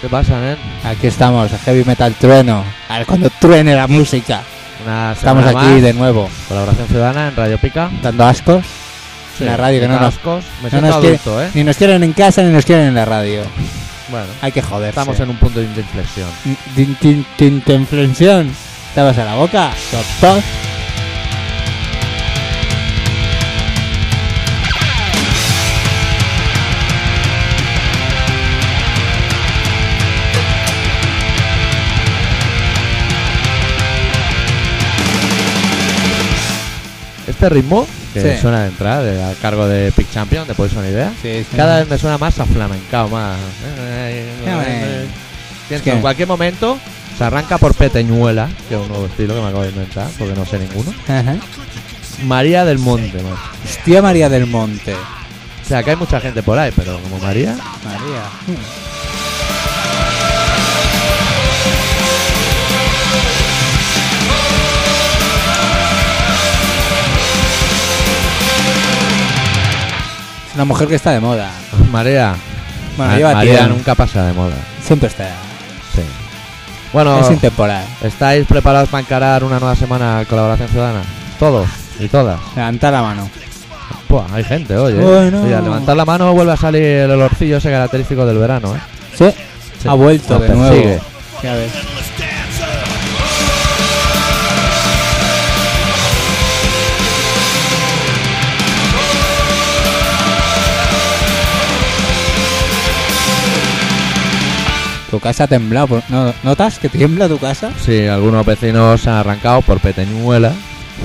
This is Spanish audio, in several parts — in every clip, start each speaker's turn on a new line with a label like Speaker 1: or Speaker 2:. Speaker 1: ¿Qué pasa, nen?
Speaker 2: Aquí estamos, Heavy Metal Trueno. A ver, cuando truene la música.
Speaker 1: Una
Speaker 2: Estamos
Speaker 1: semana
Speaker 2: aquí
Speaker 1: más,
Speaker 2: de nuevo,
Speaker 1: Colaboración Ciudadana en Radio Pica.
Speaker 2: dando ascos.
Speaker 1: Sí,
Speaker 2: la radio que no nos,
Speaker 1: cascos. Me
Speaker 2: no
Speaker 1: siento
Speaker 2: nos quiere-
Speaker 1: adulto, ¿eh?
Speaker 2: Ni nos quieren en casa ni nos quieren en la radio.
Speaker 1: Bueno,
Speaker 2: Hay que joder.
Speaker 1: estamos en un punto de inflexión.
Speaker 2: Tin, tin, tin, te inflexión. ¿Te vas a la boca? Top, top.
Speaker 1: Este ritmo que
Speaker 2: Sí.
Speaker 1: suena de entrada de- a cargo de Pick Champion, de Poison Idea,
Speaker 2: Sí, sí.
Speaker 1: cada vez me suena más a flamencao, más. eh,
Speaker 2: bueno.
Speaker 1: Pienso,
Speaker 2: que-
Speaker 1: en cualquier momento se arranca por Peteñuela, que es un nuevo estilo que me acabo de inventar, porque no sé ninguno.
Speaker 2: Ajá.
Speaker 1: María del Monte, macho.
Speaker 2: Hostia María del Monte.
Speaker 1: O sea, que hay mucha gente por ahí, pero como María.
Speaker 2: María. Es una mujer que está de moda.
Speaker 1: María.
Speaker 2: Bueno,
Speaker 1: Ma-
Speaker 2: lleva
Speaker 1: María
Speaker 2: tiempo.
Speaker 1: nunca pasa de moda.
Speaker 2: Siempre está.
Speaker 1: Sí. Bueno,
Speaker 2: Es intemporal.
Speaker 1: ¿estáis preparados para encarar una nueva semana de colaboración ciudadana? Todos y todas.
Speaker 2: Levanta la mano.
Speaker 1: Buah, hay gente, oye.
Speaker 2: Bueno.
Speaker 1: Oye, al levantar la mano vuelve a salir el olorcillo ese característico del verano, ¿eh?
Speaker 2: Sí.
Speaker 1: Sí.
Speaker 2: Ha vuelto
Speaker 1: Nos
Speaker 2: de nuevo.
Speaker 1: persigue.
Speaker 2: Ya ves. Tu casa ha temblado. por- ¿No, ¿Notas que tiembla tu casa?
Speaker 1: Sí, algunos vecinos se han arrancado por Peteñuela.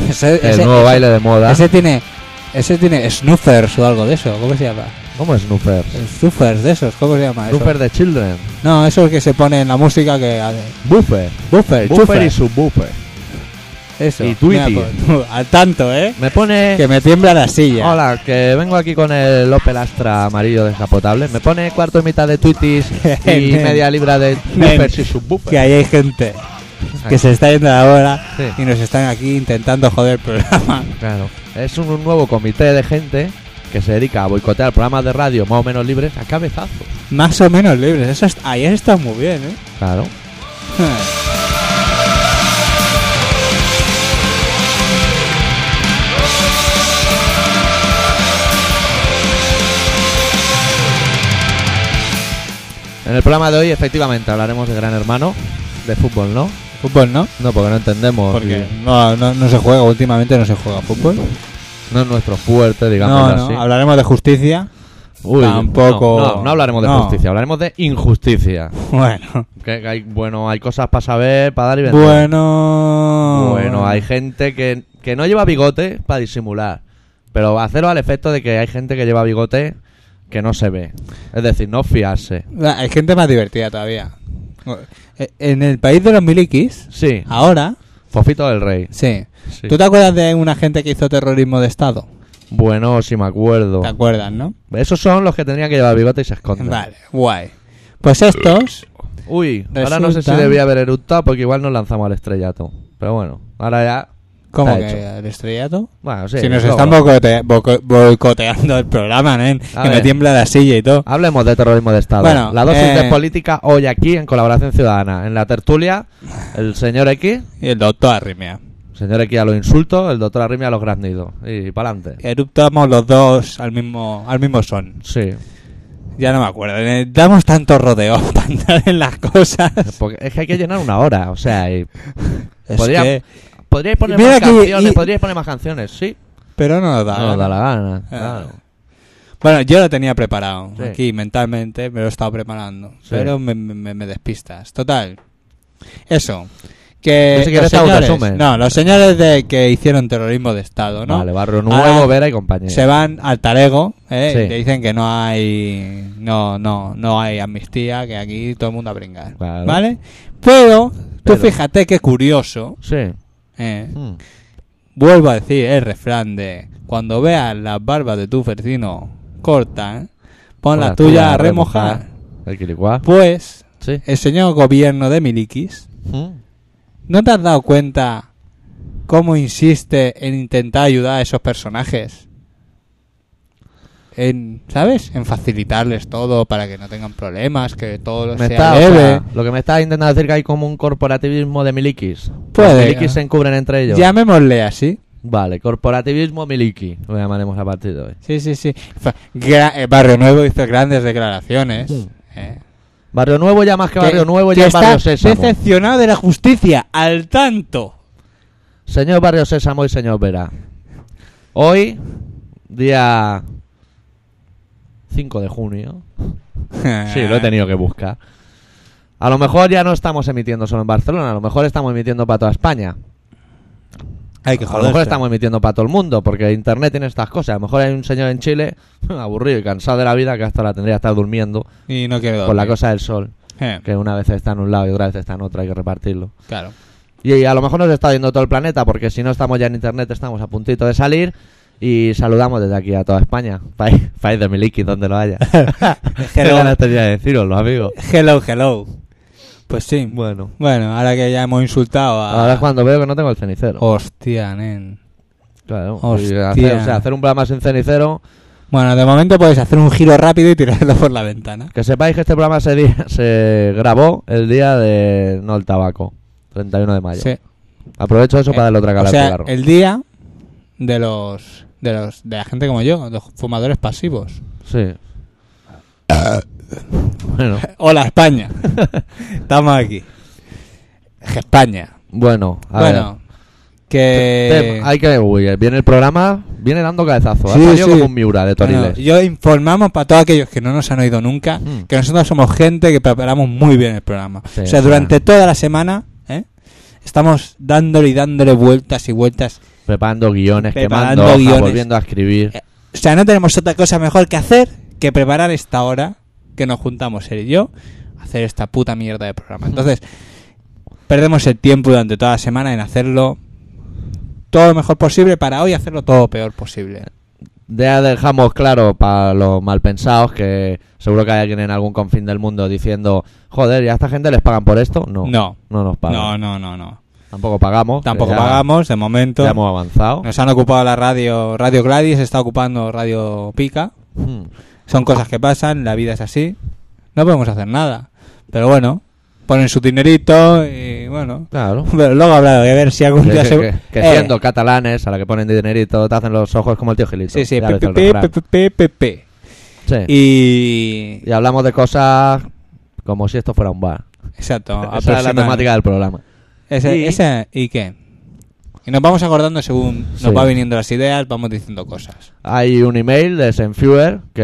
Speaker 2: Ese,
Speaker 1: El nuevo baile de moda.
Speaker 2: Ese tiene, ese tiene snoofers o algo de eso. ¿Cómo se llama?
Speaker 1: ¿Cómo es Snoofer?
Speaker 2: Snoofers de esos. ¿Cómo se llama? eso?
Speaker 1: Snoofer de Children.
Speaker 2: No, eso que se pone en la música que.
Speaker 1: Buffer.
Speaker 2: Buffer,
Speaker 1: Buffer
Speaker 2: chufer.
Speaker 1: y subwoofer.
Speaker 2: Eso.
Speaker 1: Y Tweety.
Speaker 2: Mira, pues, Al tanto, ¿eh?
Speaker 1: Me pone...
Speaker 2: Que me tiembla la silla.
Speaker 1: Hola, que vengo aquí con el Opel Astra amarillo descapotable. Me pone cuarto y mitad de Twitties y
Speaker 2: Nen.
Speaker 1: media libra de
Speaker 2: Nen.
Speaker 1: Snoopers y subwoofers.
Speaker 2: Que ahí hay gente que se está yendo a la hora y nos están aquí intentando joder el programa.
Speaker 1: Claro. Es un, un nuevo comité de gente que se dedica a boicotear programas de radio más o menos libres a cabezazo.
Speaker 2: Más o menos libres. Eso es- ahí está muy bien, ¿eh?
Speaker 1: Claro. En el programa de hoy, efectivamente, hablaremos de Gran Hermano, de fútbol, ¿no?
Speaker 2: Fútbol, ¿no?
Speaker 1: No, porque no entendemos.
Speaker 2: Porque
Speaker 1: y
Speaker 2: no, no, no se juega, últimamente no se juega fútbol.
Speaker 1: No es nuestro fuerte, digamos
Speaker 2: No, no,
Speaker 1: así.
Speaker 2: hablaremos de justicia.
Speaker 1: Uy,
Speaker 2: tampoco-
Speaker 1: No, no, no hablaremos de
Speaker 2: no.
Speaker 1: justicia, hablaremos de injusticia.
Speaker 2: Bueno,
Speaker 1: Que hay, bueno, hay cosas para saber, para dar y vender.
Speaker 2: bueno.
Speaker 1: Bueno, hay gente que, que no lleva bigote para disimular. Pero hacerlo al efecto de que hay gente que lleva bigote que no se ve. Es decir, no fiarse.
Speaker 2: Ah, Hay gente más divertida todavía. Eh, En el país de los milikis,
Speaker 1: Sí,
Speaker 2: ahora,
Speaker 1: Fofito del Rey.
Speaker 2: sí.
Speaker 1: Sí.
Speaker 2: ¿Tú te acuerdas de una gente que hizo terrorismo de Estado?
Speaker 1: Bueno, si me acuerdo.
Speaker 2: ¿Te acuerdas, no?
Speaker 1: Esos son los que tendrían que llevar bigote y se esconden.
Speaker 2: Vale, guay. Pues estos,
Speaker 1: Uy, ahora no sé si
Speaker 2: Resulta-
Speaker 1: debía haber eructado porque igual nos lanzamos al estrellato. Pero bueno, ahora ya.
Speaker 2: ¿cómo
Speaker 1: Está
Speaker 2: que
Speaker 1: hecho.
Speaker 2: el estrellato?
Speaker 1: Bueno, sí.
Speaker 2: si nos
Speaker 1: luego.
Speaker 2: están boicote- boico- boicoteando el programa, nen,
Speaker 1: A
Speaker 2: que me
Speaker 1: ver. Ah.
Speaker 2: tiembla la silla y todo.
Speaker 1: Hablemos de terrorismo de Estado.
Speaker 2: Bueno,
Speaker 1: la dosis
Speaker 2: eh,
Speaker 1: de política hoy aquí en Colaboración Ciudadana. En la tertulia, el señor X,
Speaker 2: Y el doctor arrimea.
Speaker 1: señor X a los insultos, el doctor Arrimia a los graznidos. Y para adelante.
Speaker 2: Eruptamos los dos al mismo, al mismo son.
Speaker 1: Sí.
Speaker 2: Ya no me acuerdo. eh, Damos tantos rodeos para entrar en las cosas.
Speaker 1: Porque es que hay que llenar una hora, o sea, y
Speaker 2: Es
Speaker 1: Podría-
Speaker 2: que-
Speaker 1: podríais poner
Speaker 2: Mira
Speaker 1: más
Speaker 2: que-
Speaker 1: canciones,
Speaker 2: y-
Speaker 1: podríais poner más canciones, sí.
Speaker 2: Pero no nos da.
Speaker 1: No,
Speaker 2: gana.
Speaker 1: da la gana,
Speaker 2: Ah.
Speaker 1: claro.
Speaker 2: Bueno, yo lo tenía preparado.
Speaker 1: Sí.
Speaker 2: Aquí mentalmente me lo estaba preparando.
Speaker 1: Sí.
Speaker 2: Pero me, me- me despistas. Total. Eso. Que
Speaker 1: No sé este si quieres
Speaker 2: los
Speaker 1: hacer un
Speaker 2: señores,
Speaker 1: resumen.
Speaker 2: no, los señores de que hicieron terrorismo de Estado, ¿no?
Speaker 1: Vale, Barrio
Speaker 2: Ahora
Speaker 1: Nuevo, Vera y compañía.
Speaker 2: Se van al Tarego ¿eh?
Speaker 1: Sí.
Speaker 2: y te dicen que no hay no no no hay amnistía, que aquí todo el mundo a brincar,
Speaker 1: Claro.
Speaker 2: ¿vale?
Speaker 1: Pero.
Speaker 2: Pero, tú fíjate qué curioso.
Speaker 1: Sí.
Speaker 2: ¿eh?
Speaker 1: Mm.
Speaker 2: Vuelvo a decir el refrán de cuando veas las barbas de tu vecino cortas, pon la tuya a remojar.
Speaker 1: El quilicuá.
Speaker 2: Pues
Speaker 1: Sí.
Speaker 2: el señor gobierno de Milikis,
Speaker 1: Mm.
Speaker 2: ¿no te has dado cuenta cómo insiste en intentar ayudar a esos personajes? en, ¿sabes? En facilitarles todo para que no tengan problemas, que todo
Speaker 1: Me
Speaker 2: sea
Speaker 1: está- o sea,
Speaker 2: leve.
Speaker 1: lo que me estás intentando decir que hay como un corporativismo de milikis. Los
Speaker 2: Puede.
Speaker 1: milikis se encubren entre ellos.
Speaker 2: Llamémosle así.
Speaker 1: Vale, corporativismo miliki. Lo llamaremos a partir de hoy.
Speaker 2: Sí, sí, sí. Fa- Gra- eh, Barrio Nuevo hizo grandes declaraciones. eh.
Speaker 1: Barrio Nuevo ya más que, Barrio Nuevo,
Speaker 2: que
Speaker 1: ya es
Speaker 2: está
Speaker 1: Barrio Sésamo.
Speaker 2: decepcionado de la justicia, al tanto.
Speaker 1: Señor Barrio Sésamo y señor Vera. Hoy, día 5 de junio. Sí,
Speaker 2: Eh.
Speaker 1: lo he tenido que buscar. A lo mejor ya no estamos emitiendo solo en Barcelona, a lo mejor estamos emitiendo para toda España.
Speaker 2: Hay que
Speaker 1: A lo
Speaker 2: joderse.
Speaker 1: mejor estamos emitiendo para todo el mundo, porque Internet tiene estas cosas. A lo mejor hay un señor en Chile aburrido y cansado de la vida que hasta la tendría que estar durmiendo
Speaker 2: Y no quiero
Speaker 1: por la
Speaker 2: dormir.
Speaker 1: cosa del sol,
Speaker 2: Eh,
Speaker 1: que una vez está en un lado y otra vez está en otro, hay que repartirlo.
Speaker 2: claro.
Speaker 1: Y a lo mejor nos está viendo todo el planeta, porque si no estamos ya en Internet, estamos a puntito de salir. Y saludamos desde aquí a toda España, país, país de Miliki, donde lo haya. Qué
Speaker 2: Hello.
Speaker 1: ganas tenía de deciroslo, amigos.
Speaker 2: Hello, hello. Pues sí.
Speaker 1: Bueno,
Speaker 2: Bueno, ahora que ya hemos insultado a...
Speaker 1: ahora es cuando veo que no tengo el cenicero.
Speaker 2: Hostia, nen.
Speaker 1: Claro,
Speaker 2: Oh, Hostia.
Speaker 1: y hacer, o sea, hacer un programa sin cenicero.
Speaker 2: Bueno, de momento podéis hacer un giro rápido y tirarlo por la ventana.
Speaker 1: Que sepáis que este programa se, di- se grabó el día de No el Tabaco, 31 de mayo.
Speaker 2: Sí. Eh,
Speaker 1: Aprovecho eso para darle otra
Speaker 2: o
Speaker 1: cara al
Speaker 2: sea,
Speaker 1: cigarro.
Speaker 2: el día de los de los de la gente como yo, los fumadores pasivos.
Speaker 1: Sí. bueno,
Speaker 2: Hola España. Estamos aquí. España.
Speaker 1: bueno, a ver.
Speaker 2: bueno, que
Speaker 1: Tem, hay que huir. Viene el programa, viene dando cabezazo.
Speaker 2: Sí,
Speaker 1: ha salido
Speaker 2: sí.
Speaker 1: como un Miura de
Speaker 2: Bueno,
Speaker 1: Toriles.
Speaker 2: yo informamos para todos aquellos que no nos han oído nunca
Speaker 1: Mm.
Speaker 2: que nosotros somos gente que preparamos muy bien el programa.
Speaker 1: Sí,
Speaker 2: o sea,
Speaker 1: claro.
Speaker 2: durante toda la semana ¿eh? estamos dándole y dándole vueltas y vueltas.
Speaker 1: Preparando guiones,
Speaker 2: Preparando
Speaker 1: quemando hojas,
Speaker 2: guiones.
Speaker 1: volviendo a escribir.
Speaker 2: Eh, O sea, no tenemos otra cosa mejor que hacer que preparar esta hora que nos juntamos él y yo a hacer esta puta mierda de programa. Entonces, perdemos el tiempo durante toda la semana en hacerlo todo lo mejor posible para hoy hacerlo todo lo peor posible.
Speaker 1: Ya dejamos claro para los malpensados que seguro que hay alguien en algún confín del mundo diciendo, joder, ¿y a esta gente les pagan por esto? No.
Speaker 2: No.
Speaker 1: No nos pagan.
Speaker 2: No, no, no, no.
Speaker 1: Tampoco pagamos. que
Speaker 2: Tampoco
Speaker 1: ya-
Speaker 2: pagamos, de momento.
Speaker 1: Ya hemos avanzado.
Speaker 2: Nos han ocupado la radio, Radio Gladys, está ocupando Radio Pica.
Speaker 1: Hmm.
Speaker 2: Son cosas que pasan, la vida es así. No podemos hacer nada. Pero bueno, ponen su dinerito y bueno.
Speaker 1: Claro.
Speaker 2: Pero luego habrá de ver si algún
Speaker 1: Que,
Speaker 2: día se...
Speaker 1: que- que
Speaker 2: Eh,
Speaker 1: siendo catalanes, a la que ponen dinerito, te hacen los ojos como el tío Gilito.
Speaker 2: Sí, sí,
Speaker 1: Ya
Speaker 2: pe,
Speaker 1: ves
Speaker 2: pe,
Speaker 1: el
Speaker 2: pe,
Speaker 1: refrán.
Speaker 2: pe, pe, pe, pe.
Speaker 1: Sí. Y...
Speaker 2: Y...
Speaker 1: hablamos de cosas como si esto fuera un bar.
Speaker 2: Exacto.
Speaker 1: Esa es la
Speaker 2: aproximadamente.
Speaker 1: temática del programa.
Speaker 2: Ese-
Speaker 1: Y-
Speaker 2: ese- ¿Y qué? Y nos vamos acordando según
Speaker 1: Sí.
Speaker 2: nos va viniendo las ideas, vamos diciendo cosas.
Speaker 1: Hay un email de Senfuer que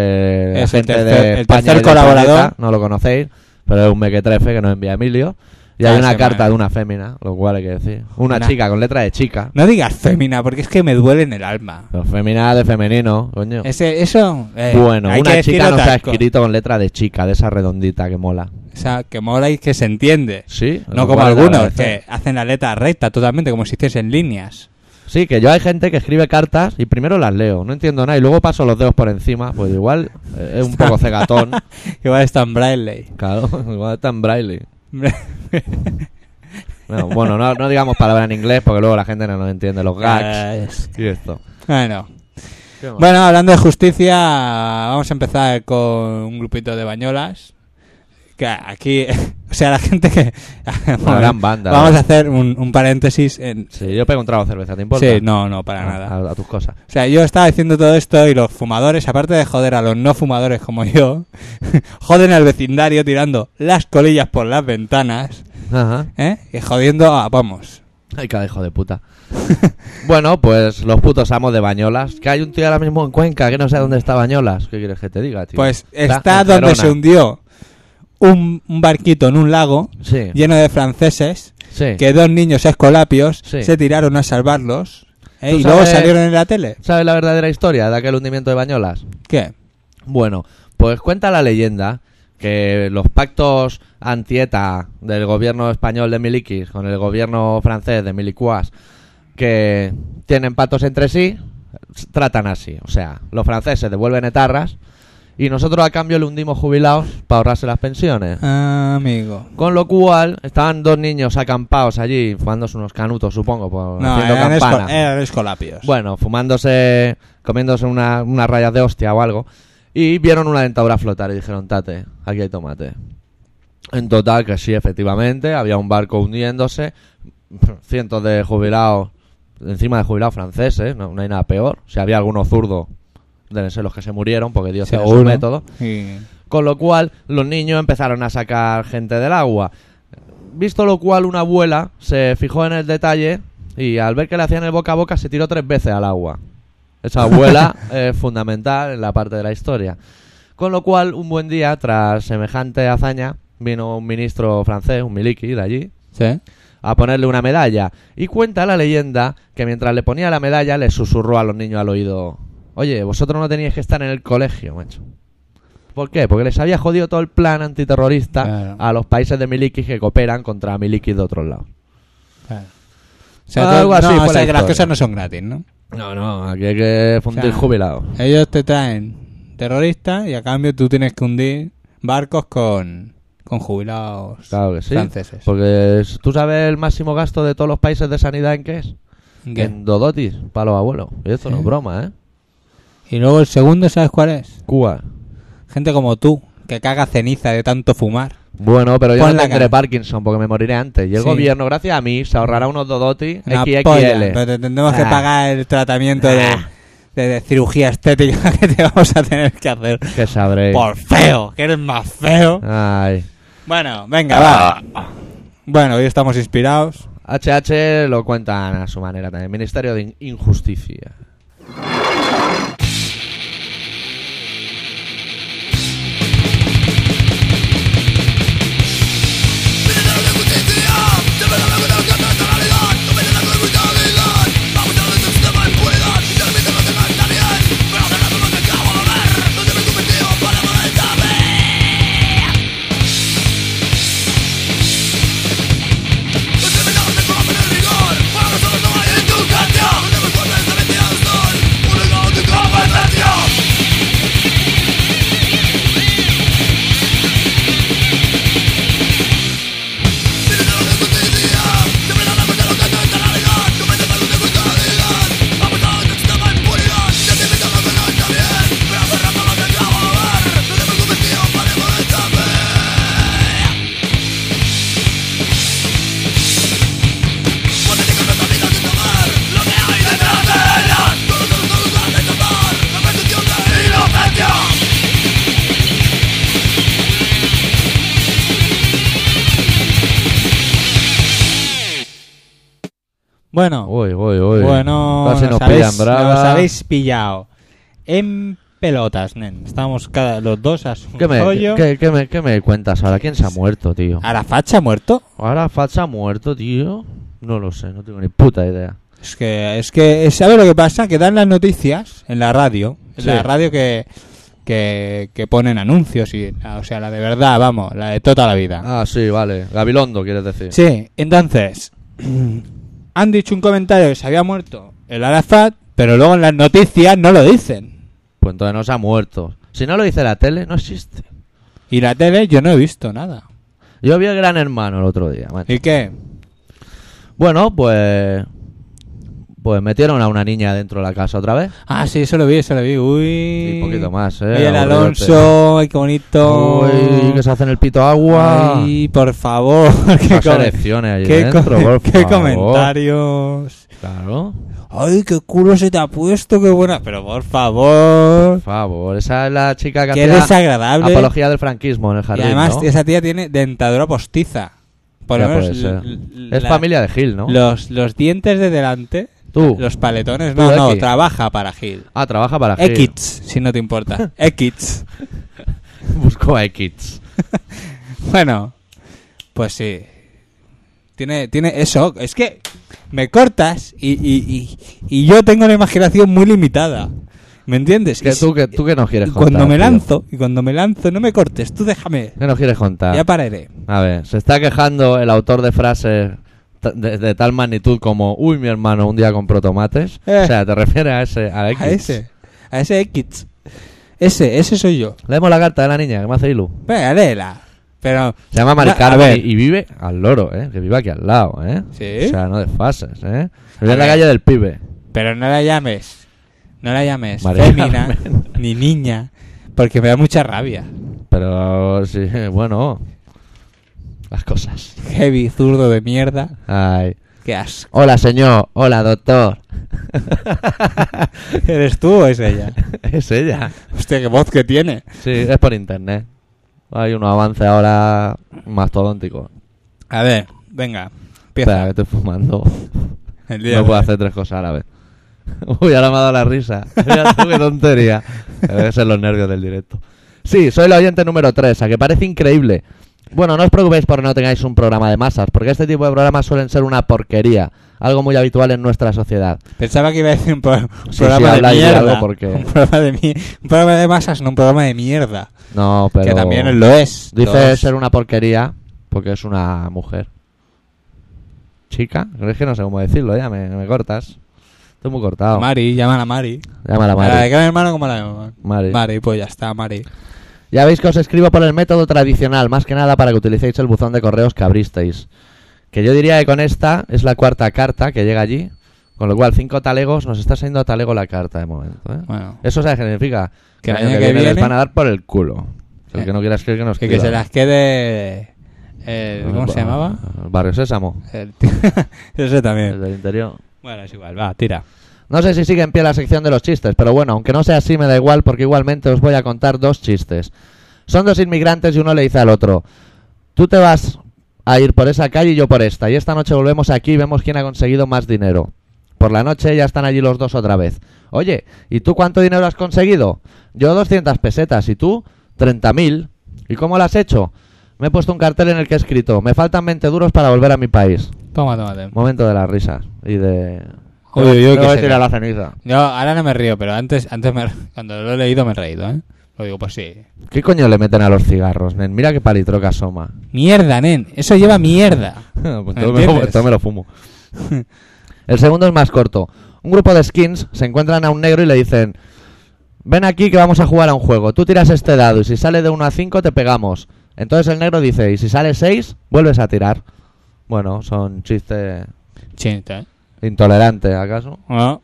Speaker 1: la
Speaker 2: Es el
Speaker 1: gente
Speaker 2: tercer-
Speaker 1: de
Speaker 2: el
Speaker 1: España
Speaker 2: tercer
Speaker 1: y de
Speaker 2: colaborador.
Speaker 1: planeta, no lo conocéis, pero es un mequetrefe que nos envía Emilio. Y hay
Speaker 2: Cada
Speaker 1: una
Speaker 2: semana.
Speaker 1: carta de una fémina, lo cual hay que decir. Una
Speaker 2: Ah, Una-
Speaker 1: chica con letra de chica.
Speaker 2: No digas fémina, porque es que me duele en el alma.
Speaker 1: Pero fémina de femenino, coño.
Speaker 2: Ese, eso. eh,
Speaker 1: bueno,
Speaker 2: hay que
Speaker 1: una
Speaker 2: decir
Speaker 1: chica nos ha
Speaker 2: otras co-
Speaker 1: escrito con letra de chica, de esa redondita que mola.
Speaker 2: O sea, que mola y que se entiende.
Speaker 1: Sí,
Speaker 2: No
Speaker 1: lo
Speaker 2: como
Speaker 1: cual es de
Speaker 2: algunos
Speaker 1: agradecer.
Speaker 2: que hacen la letra recta totalmente, como si hiciesen líneas.
Speaker 1: Sí, que yo hay gente que escribe cartas y primero las leo, no entiendo nada, y luego paso los dedos por encima, pues igual eh, es un poco cegatón.
Speaker 2: Igual está en Braille.
Speaker 1: Claro, igual está en braille. No, bueno, no, no digamos palabras en inglés porque luego la gente no nos entiende los gags y esto.
Speaker 2: Bueno. bueno, hablando de justicia, vamos a empezar con un grupito de bañolas. Que aquí, o sea, la gente que.
Speaker 1: Una gran banda.
Speaker 2: Vamos
Speaker 1: ¿no?
Speaker 2: a hacer un, un paréntesis en.
Speaker 1: Sí, yo pego un trago de cerveza, ¿te importa?
Speaker 2: Sí, no, no, para
Speaker 1: Ah,
Speaker 2: nada.
Speaker 1: A, a tus cosas.
Speaker 2: O sea, yo estaba diciendo todo esto y los fumadores, aparte de joder a los no fumadores como yo, joden al vecindario tirando las colillas por las ventanas,
Speaker 1: Ajá.
Speaker 2: ¿eh? Y jodiendo a, vamos.
Speaker 1: Ay, cada hijo de puta. bueno, pues los putos amos de Bañolas. Que hay un tío ahora mismo en Cuenca que no sé dónde está Bañolas. ¿Qué quieres que te diga, tío?
Speaker 2: Pues
Speaker 1: Está
Speaker 2: está
Speaker 1: en
Speaker 2: donde
Speaker 1: Gerona.
Speaker 2: se hundió un, un barquito en un lago
Speaker 1: Sí,
Speaker 2: lleno de franceses
Speaker 1: sí.
Speaker 2: que dos niños escolapios
Speaker 1: Sí.
Speaker 2: se tiraron a salvarlos ¿eh?
Speaker 1: ¿Tú
Speaker 2: y luego
Speaker 1: sabes-
Speaker 2: salieron en la tele.
Speaker 1: ¿Sabes la verdadera historia de aquel hundimiento de Bañolas?
Speaker 2: ¿Qué?
Speaker 1: Bueno, pues cuenta la leyenda que los pactos antieta del gobierno español de Milikis con el gobierno francés de Milicuas, que tienen pactos entre sí, s- tratan así. O sea, los franceses devuelven etarras Y nosotros a cambio le hundimos jubilados para ahorrarse las pensiones.
Speaker 2: Ah.
Speaker 1: Ah,
Speaker 2: Amigo.
Speaker 1: Con lo cual, estaban dos niños acampados allí, fumándose unos canutos, supongo, por,
Speaker 2: No,
Speaker 1: haciendo
Speaker 2: eran,
Speaker 1: campana.
Speaker 2: esco- eran escolapios.
Speaker 1: Bueno, fumándose, comiéndose una- unas rayas de hostia o algo. Y vieron una dentadura flotar y dijeron, tate, aquí hay tomate. En total, que sí, efectivamente, había un barco hundiéndose, cientos de jubilados, encima de jubilados franceses, no, no hay nada peor. Si había algunos zurdos, deben ser los que se murieron, porque Dios tiene su
Speaker 2: Seguro.
Speaker 1: método.
Speaker 2: Y-
Speaker 1: Con lo cual, los niños empezaron a sacar gente del agua. Visto lo cual, una abuela se fijó en el detalle y al ver que le hacían el boca a boca se tiró tres veces al agua. Esa abuela es fundamental en la parte de la historia. Con lo cual, un buen día, tras semejante hazaña, vino un ministro francés, un miliki de allí,
Speaker 2: ¿Sí?
Speaker 1: a ponerle una medalla. Y cuenta la leyenda que mientras le ponía la medalla le susurró a los niños al oído, oye, vosotros no teníais que estar en el colegio, macho. ¿Por qué? Porque les había jodido todo el plan antiterrorista
Speaker 2: Claro.
Speaker 1: a los países de Miliki que cooperan contra Miliki de otros lados.
Speaker 2: Claro. O
Speaker 1: Ah, Algo
Speaker 2: tú-
Speaker 1: así
Speaker 2: no,
Speaker 1: fue
Speaker 2: o sea,
Speaker 1: la
Speaker 2: que las
Speaker 1: historia.
Speaker 2: cosas no son gratis, ¿no?
Speaker 1: No, no, aquí hay que fundir
Speaker 2: O sea,
Speaker 1: jubilados.
Speaker 2: Ellos te traen terroristas y a cambio tú tienes que hundir barcos con, con jubilados
Speaker 1: Claro que sí.
Speaker 2: franceses.
Speaker 1: Porque es- tú sabes el máximo gasto de todos los países de sanidad en qué es.
Speaker 2: ¿Qué?
Speaker 1: En Dodotis, para los abuelos. Y esto no es
Speaker 2: Sí.
Speaker 1: broma, ¿eh?
Speaker 2: Y luego el segundo, ¿sabes cuál es?
Speaker 1: Cuba.
Speaker 2: Gente como tú, que caga ceniza de tanto fumar.
Speaker 1: Bueno, pero yo
Speaker 2: Pon
Speaker 1: no
Speaker 2: la
Speaker 1: tendré
Speaker 2: cara.
Speaker 1: Parkinson porque me moriré antes. Y el
Speaker 2: Sí.
Speaker 1: gobierno, gracias a mí, se ahorrará unos Dodoti
Speaker 2: Una
Speaker 1: XXL.
Speaker 2: polla, pero te tendremos que
Speaker 1: Ah.
Speaker 2: pagar el tratamiento de,
Speaker 1: Ah.
Speaker 2: de- de cirugía estética que te vamos a tener que hacer.
Speaker 1: Que sabréis.
Speaker 2: Por feo, que eres más feo.
Speaker 1: Ah. Ay.
Speaker 2: Bueno, venga, va.
Speaker 1: Ah.
Speaker 2: Bueno, hoy estamos inspirados.
Speaker 1: HH lo cuentan a su manera también. Ministerio de In- Injusticia.
Speaker 2: Bueno,
Speaker 1: Uy, uy, uy.
Speaker 2: Bueno,
Speaker 1: Casi nos
Speaker 2: habéis,
Speaker 1: pillan brava.
Speaker 2: nos habéis pillado. En pelotas, nen. Estamos cada, los dos a su
Speaker 1: ¿Qué me,
Speaker 2: rollo.
Speaker 1: qué- qué me, qué me cuentas ahora? ¿Quién se ha muerto, tío?
Speaker 2: ¿Arafat se ha muerto?
Speaker 1: ¿Ahora Fat se ha muerto, tío? No lo sé, no tengo ni puta idea.
Speaker 2: Es que, es que, ¿sabes lo que pasa? Que dan las noticias en la radio. En
Speaker 1: Sí.
Speaker 2: la radio que, que, que ponen anuncios. y O sea, la de verdad, vamos, la de toda la vida.
Speaker 1: Ah, sí, vale. Gabilondo, quieres decir.
Speaker 2: Sí, entonces. Han dicho un comentario que se había muerto el Arafat, pero luego en las noticias no lo dicen.
Speaker 1: Pues entonces no se ha muerto. Si no lo dice la tele, no existe.
Speaker 2: Y la tele yo no he visto nada.
Speaker 1: Yo vi el Gran Hermano el otro día. macho.
Speaker 2: ¿Y qué?
Speaker 1: Bueno, pues. Pues metieron a una niña dentro de la casa otra vez.
Speaker 2: Ah, sí, eso lo vi, eso lo vi. Uy.
Speaker 1: Y poquito más, eh.
Speaker 2: Oye, el
Speaker 1: aburridote.
Speaker 2: Alonso, ay, qué bonito.
Speaker 1: Uy, que se hacen el pito agua.
Speaker 2: Ay, por favor.
Speaker 1: Las
Speaker 2: co-
Speaker 1: elecciones allí
Speaker 2: qué co-
Speaker 1: dentro, por
Speaker 2: qué
Speaker 1: favor.
Speaker 2: comentarios.
Speaker 1: Claro.
Speaker 2: Ay, qué culo se te ha puesto, qué buena. Pero por favor.
Speaker 1: Por favor, esa es la chica que
Speaker 2: Qué
Speaker 1: hacía
Speaker 2: desagradable.
Speaker 1: apología del franquismo en el jardín.
Speaker 2: y además,
Speaker 1: ¿no?
Speaker 2: esa tía tiene dentadura postiza. Por lo
Speaker 1: Ya
Speaker 2: menos.
Speaker 1: puede ser.
Speaker 2: l- l-
Speaker 1: es
Speaker 2: la-
Speaker 1: familia de Gil, ¿no?
Speaker 2: Los, los dientes de delante.
Speaker 1: Tú.
Speaker 2: Los paletones.
Speaker 1: Tú,
Speaker 2: No, no,
Speaker 1: X.
Speaker 2: trabaja para Gil.
Speaker 1: Ah, trabaja para Gil.
Speaker 2: X, si no te importa. X.
Speaker 1: Buscó a X.
Speaker 2: Bueno, pues sí. Tiene, tiene eso. Es que me cortas y, y- y- y yo tengo la imaginación muy limitada. ¿Me entiendes?
Speaker 1: Que
Speaker 2: Y si-
Speaker 1: tú, que tú que nos quieres
Speaker 2: y
Speaker 1: contar.
Speaker 2: cuando me
Speaker 1: tío?
Speaker 2: lanzo, y cuando me lanzo, no me cortes, tú déjame.
Speaker 1: ¿Qué nos quieres contar?
Speaker 2: Ya pararé.
Speaker 1: A ver, se está quejando el autor de frases ta- de, de tal magnitud como Uy, mi hermano, un día compró tomates.
Speaker 2: Eh.
Speaker 1: O sea, te refieres a ese, a X.
Speaker 2: A ese. A ese X. Ese, ese soy yo.
Speaker 1: Leemos la carta de la niña, que me hace ilu.
Speaker 2: Venga, léela. Pero.
Speaker 1: Se llama Mari
Speaker 2: Va, a
Speaker 1: Carmen
Speaker 2: ver.
Speaker 1: y, y vive al loro, ¿eh? Que vive aquí al lado, ¿eh?
Speaker 2: Sí.
Speaker 1: O sea, no desfases, ¿eh? Vive
Speaker 2: A
Speaker 1: en la
Speaker 2: ver.
Speaker 1: calle del pibe.
Speaker 2: Pero no la llames. No la llames
Speaker 1: María
Speaker 2: fémina
Speaker 1: Carmen.
Speaker 2: ni niña. Porque me da mucha rabia.
Speaker 1: Pero sí, bueno. Las cosas.
Speaker 2: Heavy, zurdo de mierda.
Speaker 1: Ay.
Speaker 2: Qué asco.
Speaker 1: Hola, señor. Hola, doctor.
Speaker 2: ¿Eres tú o es ella?
Speaker 1: es ella.
Speaker 2: Hostia, qué voz que tiene.
Speaker 1: Sí, es por internet. Hay unos avances ahora mastodónticos.
Speaker 2: A ver, venga.
Speaker 1: Espera,
Speaker 2: Empieza.
Speaker 1: que estoy fumando.
Speaker 2: El día
Speaker 1: No
Speaker 2: de
Speaker 1: puedo
Speaker 2: hoy.
Speaker 1: hacer tres cosas a la vez. Uy, ahora me ha dado la risa. Mira tú, qué tontería. Deben ser los nervios del directo. Sí, soy la oyente número 3, a que parece increíble. Bueno, no os preocupéis por no tengáis un programa de masas, porque este tipo de programas suelen ser una porquería, algo muy habitual en nuestra sociedad.
Speaker 2: Pensaba que iba a decir un, pro- un
Speaker 1: Sí, sí,
Speaker 2: programa
Speaker 1: habla
Speaker 2: de
Speaker 1: ahí de
Speaker 2: mierda.
Speaker 1: algo porque-
Speaker 2: un, programa de mi- un programa de masas, no un programa de mierda.
Speaker 1: No, pero...
Speaker 2: Que también lo es.
Speaker 1: Dice
Speaker 2: Todos-
Speaker 1: ser una porquería porque es una mujer. ¿Chica? Es que no sé cómo decirlo, ya me, me cortas. Estoy muy cortado.
Speaker 2: Mari, llaman a Mari.
Speaker 1: Llámala Mari.
Speaker 2: A la de Gran Hermano, ¿cómo la llaman?
Speaker 1: Mari.
Speaker 2: Mari, pues ya está, Mari.
Speaker 1: Ya veis que os escribo por el método tradicional, más que nada para que utilicéis el buzón de correos que abristeis. Que yo diría que con esta es la cuarta carta que llega allí, con lo cual cinco talegos, nos está saliendo a talego la carta de momento. ¿eh?
Speaker 2: Bueno.
Speaker 1: Eso sabe qué significa
Speaker 2: Que el
Speaker 1: el
Speaker 2: año que viene-
Speaker 1: les van a dar por el culo. Que El
Speaker 2: Eh.
Speaker 1: que no quiera escribir que nos
Speaker 2: Que, que se las quede. el- ¿Cómo se llamaba?
Speaker 1: Barrio Sésamo.
Speaker 2: El tío- Ese
Speaker 1: El
Speaker 2: también.
Speaker 1: del interior.
Speaker 2: Bueno, es igual, va, tira.
Speaker 1: No sé si sigue en pie la sección de los chistes, pero bueno, aunque no sea así me da igual porque igualmente os voy a contar dos chistes. Son dos inmigrantes y uno le dice al otro, tú te vas a ir por esa calle y yo por esta, y esta noche volvemos aquí y vemos quién ha conseguido más dinero. Por la noche ya están allí los dos otra vez. Oye, ¿y tú cuánto dinero has conseguido? Yo 200 pesetas, ¿y tú? 30.000. ¿Y cómo lo has hecho? Me he puesto un cartel en el que he escrito, me faltan 20 duros para volver a mi país.
Speaker 2: Toma, tómate.
Speaker 1: Momento de las risas y de...
Speaker 2: Uy, uy, uy,
Speaker 1: Luego
Speaker 2: que
Speaker 1: de
Speaker 2: se
Speaker 1: tirar
Speaker 2: cae.
Speaker 1: la ceniza.
Speaker 2: Yo ahora no me río, pero antes, antes me- cuando lo he leído me he reído, ¿eh? Lo digo, pues sí.
Speaker 1: ¿Qué coño le meten a los cigarros, nen? Mira qué palitroca asoma.
Speaker 2: Mierda, nen. Eso lleva mierda.
Speaker 1: Pues
Speaker 2: ¿Me
Speaker 1: todo me, lo,
Speaker 2: entiendes?
Speaker 1: todo me lo fumo. El segundo es más corto. Un grupo de skins se encuentran a un negro y le dicen: Ven aquí que vamos a jugar a un juego. Tú tiras este dado y si sale de 1 a 5 te pegamos. Entonces el negro dice: Y si sale 6, vuelves a tirar. Bueno, son chistes
Speaker 2: Chinta, ¿eh?
Speaker 1: intolerantes, ¿acaso?
Speaker 2: Ah.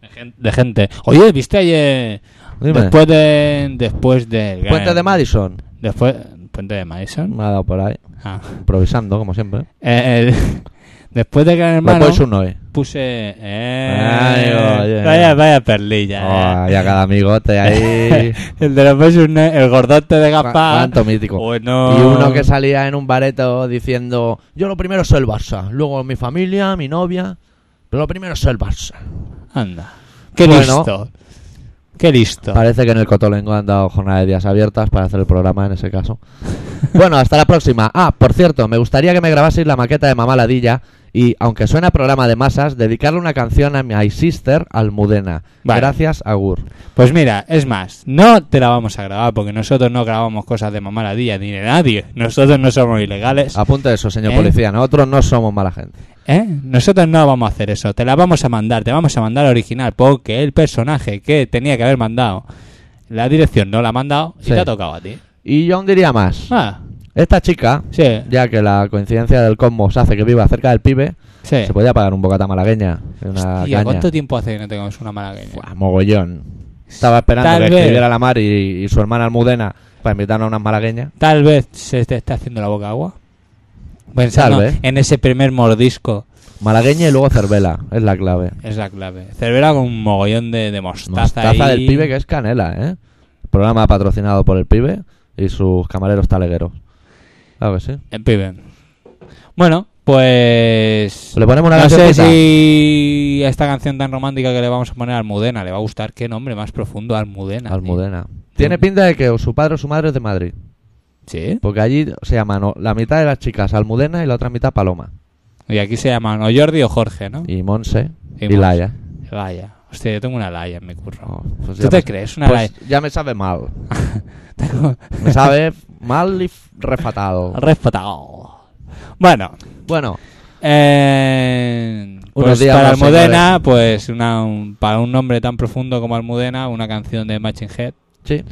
Speaker 2: De, gen- de gente. Oye, ¿viste ayer?
Speaker 1: Dime.
Speaker 2: Después de. Después del.
Speaker 1: Puente de Madison.
Speaker 2: Después. Puente de Madison.
Speaker 1: Me ha dado por ahí.
Speaker 2: Ah.
Speaker 1: Improvisando, como siempre.
Speaker 2: Eh, el- después de Gran
Speaker 1: Me
Speaker 2: Hermano.
Speaker 1: pois Pues un hoy.
Speaker 2: Puse. Eh,
Speaker 1: Ay, oye. Oh,
Speaker 2: vaya, vaya perlilla. eh.
Speaker 1: Ay, a cada amigote ahí.
Speaker 2: el de los Poison, el gordote de Gaspar.
Speaker 1: Cuánto mítico.
Speaker 2: Bueno.
Speaker 1: Y uno que salía en un bareto diciendo, yo lo primero soy el Barça, luego mi familia, mi novia, pero lo primero soy el Barça.
Speaker 2: Anda. Qué
Speaker 1: Bueno.
Speaker 2: listo. Qué listo.
Speaker 1: Parece que en el Cotolengo han dado jornada de días abiertas para hacer el programa en ese caso. bueno, hasta la próxima. Ah, por cierto, me gustaría que me grabaseis la maqueta de Mamá Ladilla y, aunque suena a programa de masas, dedicarle una canción a mi sister Almudena.
Speaker 2: Vale.
Speaker 1: Gracias, Agur.
Speaker 2: Pues mira, es más, no te la vamos a grabar porque nosotros no grabamos cosas de mamaradilla ni de nadie. Nosotros no somos ilegales.
Speaker 1: Apunta eso, señor
Speaker 2: ¿Eh?
Speaker 1: policía. Nosotros no somos mala gente.
Speaker 2: ¿Eh? Nosotros no vamos a hacer eso. Te la vamos a mandar, te vamos a mandar la original porque el personaje que tenía que haber mandado la dirección no la ha mandado y
Speaker 1: Sí.
Speaker 2: te ha tocado a ti.
Speaker 1: Y yo aún diría más.
Speaker 2: Ah,
Speaker 1: Esta chica,
Speaker 2: sí,
Speaker 1: ya que la coincidencia del cosmos hace que viva cerca del pibe,
Speaker 2: sí.
Speaker 1: se podía pagar un bocata malagueña. de Una
Speaker 2: Hostia,
Speaker 1: caña.
Speaker 2: ¿cuánto tiempo hace que no tengamos una malagueña?
Speaker 1: Buah, mogollón. Estaba esperando
Speaker 2: Tal
Speaker 1: que
Speaker 2: vez.
Speaker 1: escribiera la mar y, y su hermana Almudena para invitarnos a unas malagueñas.
Speaker 2: Tal vez se te está haciendo la boca agua. Pensando
Speaker 1: Tal vez.
Speaker 2: en ese primer mordisco
Speaker 1: Malagueña y luego cervela, es la clave.
Speaker 2: es la clave. Cervera con un mogollón de, de mostaza.
Speaker 1: Mostaza
Speaker 2: ahí.
Speaker 1: del pibe que es canela, ¿eh? Programa patrocinado por el pibe y sus camareros talegueros. Claro que sí.
Speaker 2: El pibe. Bueno, pues.
Speaker 1: Le ponemos una
Speaker 2: no sé
Speaker 1: cancioncita.
Speaker 2: si esta canción tan romántica que le vamos a poner a Almudena le va a gustar. Qué nombre más profundo, Almudena. tío.
Speaker 1: Almudena. Tiene pinta de que o su padre o su madre es de Madrid.
Speaker 2: Sí.
Speaker 1: Porque allí se llaman o- la mitad de las chicas Almudena y la otra mitad Paloma.
Speaker 2: Y aquí se llaman o Jordi o Jorge, ¿no?
Speaker 1: Y Monse
Speaker 2: Y
Speaker 1: y,
Speaker 2: Monse.
Speaker 1: Laia.
Speaker 2: Laia. Hostia, yo tengo una Laia en mi curro.
Speaker 1: Oh, pues
Speaker 2: ¿Tú
Speaker 1: ya
Speaker 2: te
Speaker 1: me-
Speaker 2: crees? Una
Speaker 1: pues ya me sabe mal.
Speaker 2: Laia.
Speaker 1: Me sabe mal y f- refatado.
Speaker 2: Respetado. Bueno.
Speaker 1: Bueno,
Speaker 2: Eh,
Speaker 1: Unos
Speaker 2: pues
Speaker 1: días
Speaker 2: para
Speaker 1: más,
Speaker 2: Almudena, pues una, un- para un nombre tan profundo como Almudena, una canción de Matching Head.
Speaker 1: Sí,
Speaker 2: Eh,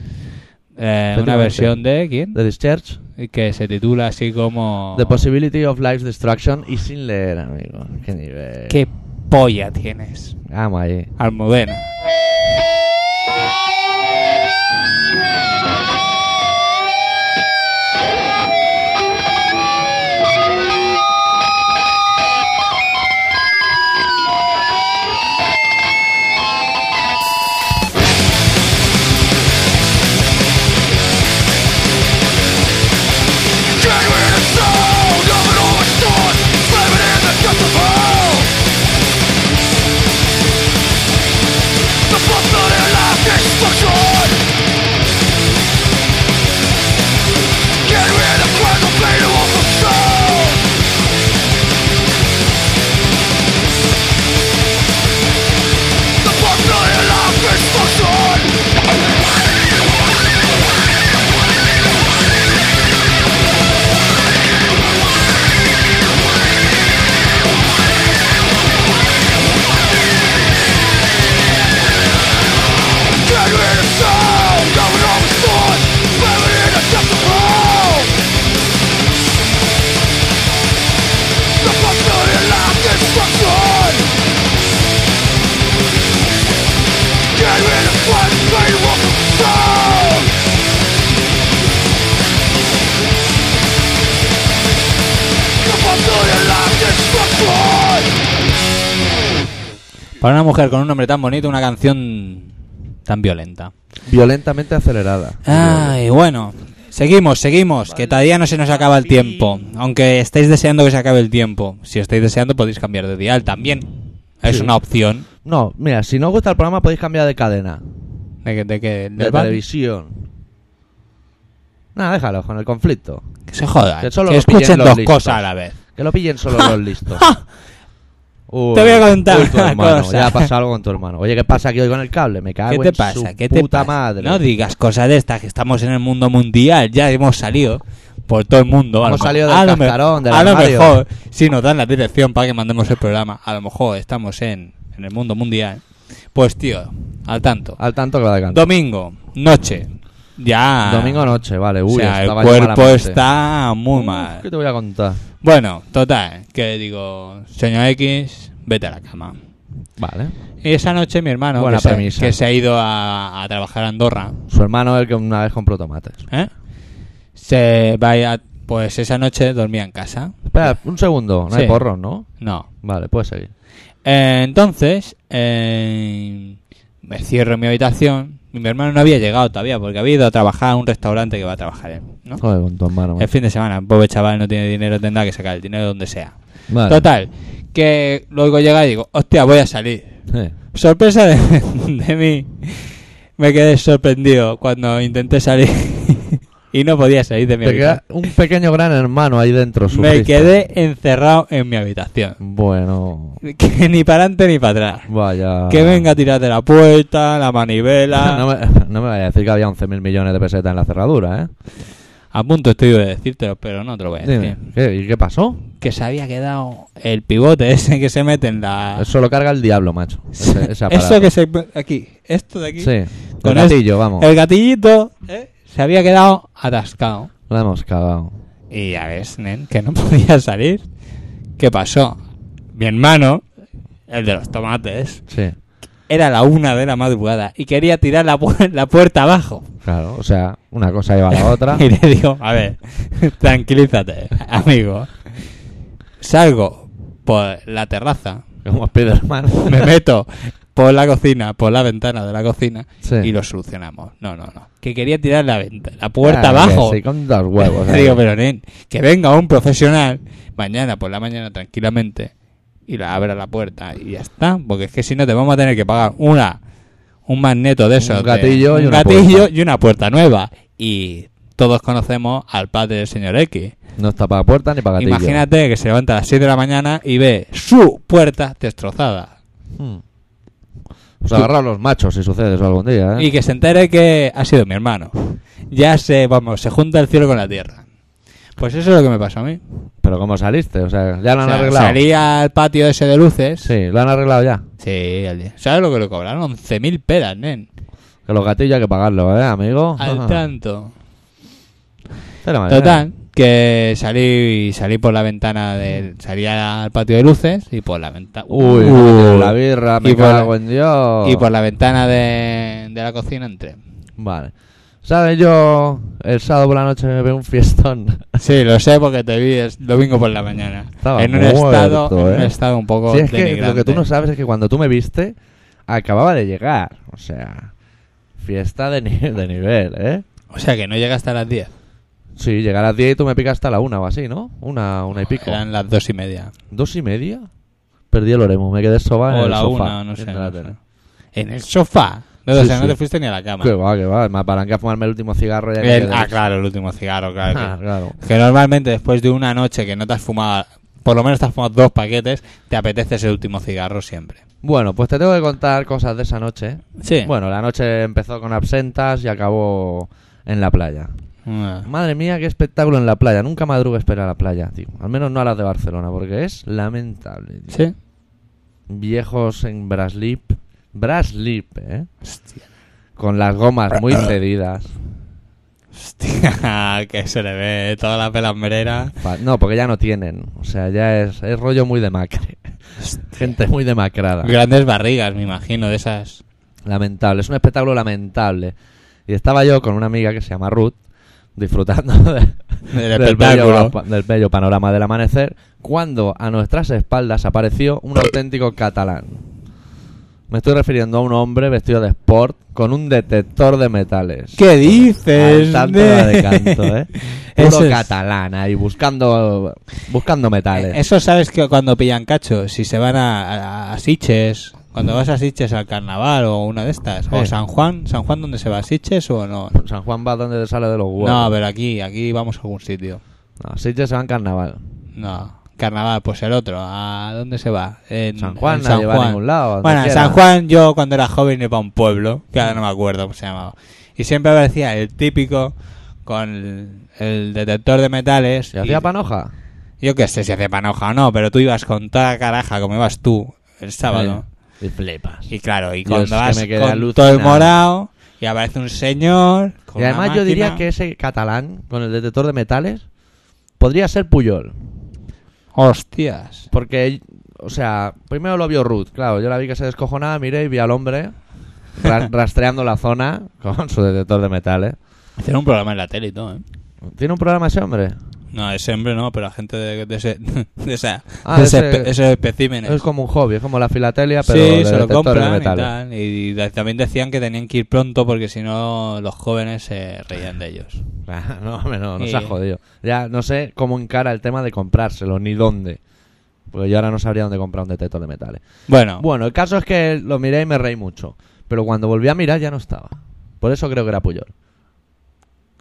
Speaker 2: una
Speaker 1: Efectivamente.
Speaker 2: versión de quién?
Speaker 1: The Discharge.
Speaker 2: Que se titula así como.
Speaker 1: The Possibility of Life's Destruction y sin leer, amigo. Qué nivel.
Speaker 2: ¿Qué polla tienes?
Speaker 1: Vamos ahí.
Speaker 2: Almudena.
Speaker 3: Fuck! Fuck one!
Speaker 2: Para una mujer con un nombre tan bonito, una canción tan violenta.
Speaker 1: Violentamente acelerada.
Speaker 2: Ay, bueno. Seguimos, seguimos, que todavía no se nos acaba el tiempo. Aunque estáis deseando que se acabe el tiempo. Si estáis deseando podéis cambiar de dial también. Es
Speaker 1: Sí.
Speaker 2: una opción.
Speaker 1: No, mira, si no os gusta el programa podéis cambiar de cadena.
Speaker 2: De que, de que-
Speaker 1: De
Speaker 2: del bar-
Speaker 1: televisión. Nada, déjalo, con el conflicto.
Speaker 2: que se joda.
Speaker 1: Que solo
Speaker 2: que
Speaker 1: lo pillen
Speaker 2: escuchen
Speaker 1: los
Speaker 2: dos
Speaker 1: listos.
Speaker 2: cosas a la vez.
Speaker 1: Que lo pillen solo los listos. Uy,
Speaker 2: Te voy a contar
Speaker 1: uy, tu
Speaker 2: una
Speaker 1: hermano,
Speaker 2: cosa.
Speaker 1: Ya ha pasado algo con tu hermano. Oye, ¿qué pasa aquí hoy con el cable? Me cago
Speaker 2: ¿Qué
Speaker 1: en
Speaker 2: te
Speaker 1: Ah, su
Speaker 2: pasa? ¿Qué te
Speaker 1: puta
Speaker 2: pasa?
Speaker 1: madre.
Speaker 2: No digas cosas de estas que estamos en el mundo mundial, ya hemos salido por todo el mundo. a
Speaker 1: Hemos
Speaker 2: lo
Speaker 1: salido
Speaker 2: mejor-
Speaker 1: del
Speaker 2: a lo me-
Speaker 1: cascarón, del
Speaker 2: A lo
Speaker 1: armario.
Speaker 2: mejor, si nos dan la dirección para que mandemos el programa, a lo mejor estamos en, en el mundo mundial. Pues tío, al tanto.
Speaker 1: Al tanto que lo de cantar.
Speaker 2: Domingo, noche. Ya.
Speaker 1: Domingo noche, vale. Uy,
Speaker 2: o sea, el
Speaker 1: estaba yo
Speaker 2: cuerpo
Speaker 1: malamente.
Speaker 2: está muy
Speaker 1: Uf,
Speaker 2: mal.
Speaker 1: ¿Qué te voy a contar?
Speaker 2: Bueno, total, que digo, señor X, vete a la cama.
Speaker 1: Vale.
Speaker 2: Y esa noche mi hermano,
Speaker 1: Buena
Speaker 2: que, se,
Speaker 1: premisa.
Speaker 2: que se ha ido a, a trabajar a Andorra,
Speaker 1: Su hermano es el que una vez compró tomates.
Speaker 2: ¿eh? se vaya, pues esa noche dormía en casa.
Speaker 1: Espera, un segundo. No
Speaker 2: Sí.
Speaker 1: hay porros, ¿no?
Speaker 2: No.
Speaker 1: Vale, puedes seguir.
Speaker 2: Eh, entonces, eh, me cierro en mi habitación. Mi hermano no había llegado todavía porque había ido a trabajar a un restaurante que va a trabajar él, ¿no?
Speaker 1: Joder, con tu hermano.
Speaker 2: El fin de semana, pobre chaval no tiene dinero, tendrá que sacar el dinero de donde sea.
Speaker 1: Vale.
Speaker 2: Total, que luego llega y digo, hostia, voy a salir.
Speaker 1: Eh,
Speaker 2: Sorpresa de, de mí, me quedé sorprendido cuando intenté salir y no podía salir de mi
Speaker 1: Te queda
Speaker 2: habitación.
Speaker 1: un pequeño gran hermano ahí dentro.
Speaker 2: Me
Speaker 1: sufriste.
Speaker 2: quedé encerrado en mi habitación.
Speaker 1: Bueno.
Speaker 2: Que ni para adelante ni para atrás.
Speaker 1: Vaya.
Speaker 2: Que venga a tirar de la puerta, la manivela.
Speaker 1: Ah. no, me, no me vaya a decir que había 11.000 millones de pesetas en la cerradura, ¿eh?
Speaker 2: A punto estoy de decírtelo, pero no te lo voy a decir.
Speaker 1: Dime, ¿qué- ¿y qué pasó?
Speaker 2: Que se había quedado el pivote ese que se mete en la.
Speaker 1: Eso lo carga el diablo, macho. Ese- ese aparato.
Speaker 2: Ah. Eso que se. Aquí, esto de aquí.
Speaker 1: Sí, con
Speaker 2: Con
Speaker 1: el gatillo, vamos.
Speaker 2: El gatillito ¿eh? se había quedado atascado.
Speaker 1: La hemos cagado.
Speaker 2: Y ya ves, nen, que no podía salir. ¿Qué pasó? Mi hermano, el de los tomates,
Speaker 1: Sí,
Speaker 2: era la una de la madrugada y quería tirar la, pu- la puerta abajo.
Speaker 1: claro. O sea, una cosa lleva a la otra.
Speaker 2: Y le digo, a ver, tranquilízate, amigo. Salgo por la terraza,
Speaker 1: Como Spiderman.
Speaker 2: me meto por la cocina, por la ventana de la cocina
Speaker 1: Sí.
Speaker 2: y lo solucionamos. No, no, no. Que quería tirar la, venta- la puerta
Speaker 1: Claro que
Speaker 2: abajo.
Speaker 1: Ah, Sí, con dos huevos. eh.
Speaker 2: Le
Speaker 1: ahí.
Speaker 2: digo, pero nen, que venga un profesional mañana por la mañana tranquilamente y la abra la puerta y ya está, porque es que si no te vamos a tener que pagar una un magneto de esos, de-
Speaker 1: gatillo y
Speaker 2: un
Speaker 1: una
Speaker 2: gatillo
Speaker 1: puerta.
Speaker 2: y una puerta nueva y todos conocemos al padre del señor X.
Speaker 1: No está para puerta ni para gatillo.
Speaker 2: Imagínate que se levanta a las 6 de la mañana y ve su puerta destrozada
Speaker 1: Hmm. Pues agarrar los machos si sucede eso algún día, ¿eh?
Speaker 2: y que se entere que ha sido mi hermano. Ya se, vamos, se junta el cielo con la tierra. Pues eso es lo que me pasó a mí.
Speaker 1: Pero ¿cómo saliste? O sea, ya lo han
Speaker 2: O sea,
Speaker 1: arreglado.
Speaker 2: salí al patio ese de luces.
Speaker 1: Sí, lo han arreglado ya.
Speaker 2: Sí, al día. ¿Sabes lo que le cobraron? 11.000 pelas, nen.
Speaker 1: Que los gatillos hay que pagarlos, ¿eh, amigo?
Speaker 2: Al tanto.
Speaker 1: Te la madre.
Speaker 2: Total, que salí salí por la ventana del salí al patio de luces y por la ventana
Speaker 1: Uy,
Speaker 2: Uh.
Speaker 1: la birra, me
Speaker 2: Y por la-
Speaker 1: cago en Dios.
Speaker 2: y por la ventana de, de la cocina entré.
Speaker 1: Vale. ¿Sabes yo? El sábado por la noche me veo un fiestón.
Speaker 2: Sí, lo sé porque te vi el domingo por la mañana.
Speaker 1: Estaba
Speaker 2: en un
Speaker 1: muerto,
Speaker 2: estado en un
Speaker 1: ¿eh?
Speaker 2: estado un poco
Speaker 1: Si es que lo
Speaker 2: denigrante.
Speaker 1: que tú no sabes es que cuando tú me viste, acababa de llegar. O sea, fiesta de, ni- de nivel, ¿eh?
Speaker 2: O sea, que no llega hasta las 10.
Speaker 1: Sí, llegar a las 10 y tú me picas hasta la una o así, ¿no? Una, una y pico.
Speaker 2: Eran las dos y media.
Speaker 1: ¿Dos y media? Perdí el oremo, me quedé soba en
Speaker 2: o
Speaker 1: el
Speaker 2: la
Speaker 1: sofá.
Speaker 2: una, no sé.
Speaker 1: viendo
Speaker 2: no
Speaker 1: la
Speaker 2: sé.
Speaker 1: tele.
Speaker 2: En el sofá. No, o
Speaker 1: Sí,
Speaker 2: sea, no
Speaker 1: sí.
Speaker 2: te fuiste ni a la cama.
Speaker 1: Que va, que va. Me apalanqué a fumarme el último cigarro. Ya que
Speaker 2: El-
Speaker 1: quedé.
Speaker 2: ah, claro, el último cigarro, claro.
Speaker 1: Ah,
Speaker 2: que-
Speaker 1: claro.
Speaker 2: Que normalmente después de una noche que no te has fumado, por lo menos te has fumado dos paquetes, te apetece ese último cigarro siempre.
Speaker 1: Bueno, pues te tengo que contar cosas de esa noche.
Speaker 2: Sí.
Speaker 1: Bueno, la noche empezó con absentas y acabó en la playa.
Speaker 2: Ah.
Speaker 1: Madre mía, qué espectáculo en la playa. Nunca madruga esperar a la playa, tío. Al menos no a las de Barcelona, porque es lamentable. tío.
Speaker 2: Sí.
Speaker 1: Viejos en braslip. Braslip, ¿eh?
Speaker 2: Hostia.
Speaker 1: Con las gomas muy cedidas.
Speaker 2: Hostia, que se le ve toda la pelambrera.
Speaker 1: Pa- No, porque ya no tienen. O sea, ya es, es rollo muy demacre. Gente muy demacrada.
Speaker 2: Grandes barrigas, me imagino, de esas.
Speaker 1: Lamentable, es un espectáculo lamentable. Y estaba yo con una amiga que se llama Ruth, disfrutando de-
Speaker 2: Del
Speaker 1: bello,
Speaker 2: espectáculo.
Speaker 1: pa- del bello panorama del amanecer, cuando a nuestras espaldas apareció un auténtico catalán. Me estoy refiriendo a un hombre vestido de sport con un detector de metales.
Speaker 2: ¿Qué dices?
Speaker 1: Al tanto era de canto, ¿eh?
Speaker 2: Eso
Speaker 1: Puro
Speaker 2: es-
Speaker 1: catalán ahí, buscando, buscando metales.
Speaker 2: Eh, Eso sabes que cuando pillan cacho, si se van a, a- a Siches, cuando vas a Siches al carnaval o una de estas, o
Speaker 1: Sí.
Speaker 2: San Juan, ¿San Juan dónde se va? ¿Siches o no?
Speaker 1: San Juan va donde sale de los huevos.
Speaker 2: No, pero aquí, aquí vamos a algún sitio.
Speaker 1: No, Sitges se va en carnaval.
Speaker 2: No, carnaval, pues el otro, ¿a dónde se va? En
Speaker 1: San Juan
Speaker 2: en
Speaker 1: no lleva a ningún lado, donde
Speaker 2: Bueno, en
Speaker 1: quiera.
Speaker 2: San Juan yo cuando era joven iba a un pueblo, que ahora no me acuerdo cómo se llamaba. Y siempre aparecía el típico con el, el detector de metales.
Speaker 1: ¿Se
Speaker 2: y-
Speaker 1: hacía panoja?
Speaker 2: Yo qué sé si hacía panoja o no, pero tú ibas con toda la caraja como ibas tú el sábado.
Speaker 1: Y flipas.
Speaker 2: Y claro, y
Speaker 1: Dios,
Speaker 2: cuando
Speaker 1: que
Speaker 2: vas
Speaker 1: me quedé
Speaker 2: con
Speaker 1: alucinado.
Speaker 2: todo el morado y aparece un señor con
Speaker 1: Y
Speaker 2: una
Speaker 1: además yo diría
Speaker 2: máquina.
Speaker 1: que ese catalán con el detector de metales podría ser Puyol.
Speaker 2: Hostias.
Speaker 1: Porque, o sea, primero lo vio Ruth, claro. Yo la vi que se descojonaba, miré y vi al hombre ra- rastreando la zona con su detector de metales.
Speaker 2: Hicieron un programa en la tele y todo, ¿eh?
Speaker 1: ¿Tiene un programa ese hombre?
Speaker 2: No, ese hombre no, pero la gente de, de ese, de esa,
Speaker 1: Ah,
Speaker 2: de
Speaker 1: de
Speaker 2: ese
Speaker 1: ese-
Speaker 2: espe- esos especímenes.
Speaker 1: Es como un hobby, es como la filatelia, pero
Speaker 2: sí,
Speaker 1: de
Speaker 2: se lo
Speaker 1: detectores de
Speaker 2: compran y
Speaker 1: metales.
Speaker 2: tal. Y de- también decían que tenían que ir pronto porque si no los jóvenes se reían de ellos.
Speaker 1: Ah, No, hombre, no, no
Speaker 2: Sí.
Speaker 1: se ha jodido. Ya no sé cómo encara el tema de comprárselo, ni dónde. Porque yo ahora no sabría dónde comprar un detector de metales.
Speaker 2: Bueno,
Speaker 1: Bueno, el caso es que lo miré y me reí mucho. Pero cuando volví a mirar ya no estaba. Por eso creo que era Puyol.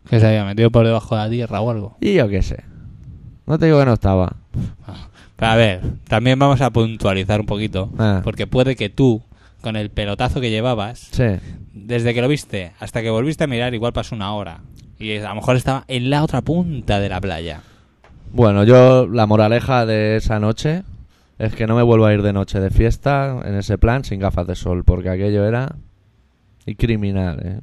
Speaker 2: que se había metido por debajo de la tierra o algo.
Speaker 1: Y yo qué sé. No te digo que no estaba.
Speaker 2: Pero a ver, también vamos a puntualizar un poquito.
Speaker 1: Ah.
Speaker 2: Porque puede que tú, con el pelotazo que llevabas,
Speaker 1: Sí.
Speaker 2: desde que lo viste hasta que volviste a mirar, igual pasó una hora. Y a lo mejor estaba en la otra punta de la playa.
Speaker 1: Bueno, yo la moraleja de esa noche es que no me vuelvo a ir de noche de fiesta en ese plan sin gafas de sol. Porque aquello era... Y criminal, ¿eh?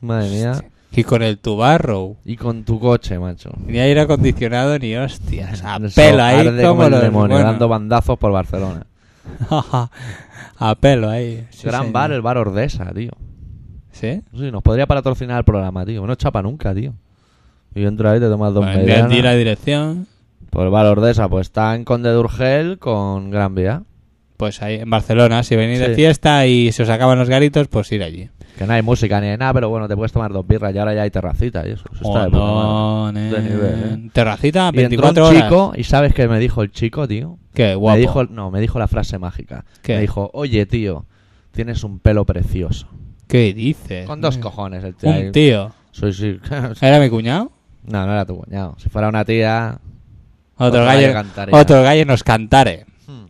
Speaker 1: Madre mía.
Speaker 2: Y con el tubarro.
Speaker 1: Y con tu coche, macho.
Speaker 2: Ni aire acondicionado ni hostias. A
Speaker 1: Eso
Speaker 2: pelo ahí
Speaker 1: arde
Speaker 2: como
Speaker 1: como el
Speaker 2: los-
Speaker 1: demonio,
Speaker 2: bueno.
Speaker 1: dando bandazos por Barcelona.
Speaker 2: a pelo ahí. Sí,
Speaker 1: Gran
Speaker 2: señor.
Speaker 1: bar, el bar Ordesa, tío.
Speaker 2: ¿Sí?
Speaker 1: Sí, nos podría patrocinar el programa, tío. No chapa nunca, tío. Y yo entro ahí y te tomas dos
Speaker 2: Bueno, di-
Speaker 1: medianas.
Speaker 2: di la dirección.
Speaker 1: Por el bar Ordesa, pues está en Conde de Urgel con Gran Vía.
Speaker 2: Pues ahí en Barcelona, si venís de
Speaker 1: Sí.
Speaker 2: fiesta y se os acaban los garitos, pues ir allí.
Speaker 1: Que no hay música ni hay nada, pero bueno, te puedes tomar dos birras y ahora ya hay terracita y eso. Eso Pues está de puta madre.
Speaker 2: Honones.
Speaker 1: De nivel, ¿eh?
Speaker 2: Terracita,
Speaker 1: Y entró
Speaker 2: 24
Speaker 1: un
Speaker 2: ah, horas.
Speaker 1: chico, y ¿sabes qué me dijo el chico, tío?
Speaker 2: Qué guapo.
Speaker 1: Me dijo, no, me dijo la frase mágica.
Speaker 2: ¿Qué?
Speaker 1: Me dijo, oye, tío, tienes un pelo precioso.
Speaker 2: ¿Qué dices?
Speaker 1: Con dos cojones el tío. ahí.
Speaker 2: Un tío.
Speaker 1: Sí, sí.
Speaker 2: ¿Era mi cuñado?
Speaker 1: no, no era tu cuñado. Si fuera una tía...
Speaker 2: Otro,
Speaker 1: Otro
Speaker 2: gallo,
Speaker 1: gallo cantaría.
Speaker 2: otro gallo nos cantare.
Speaker 1: Hmm.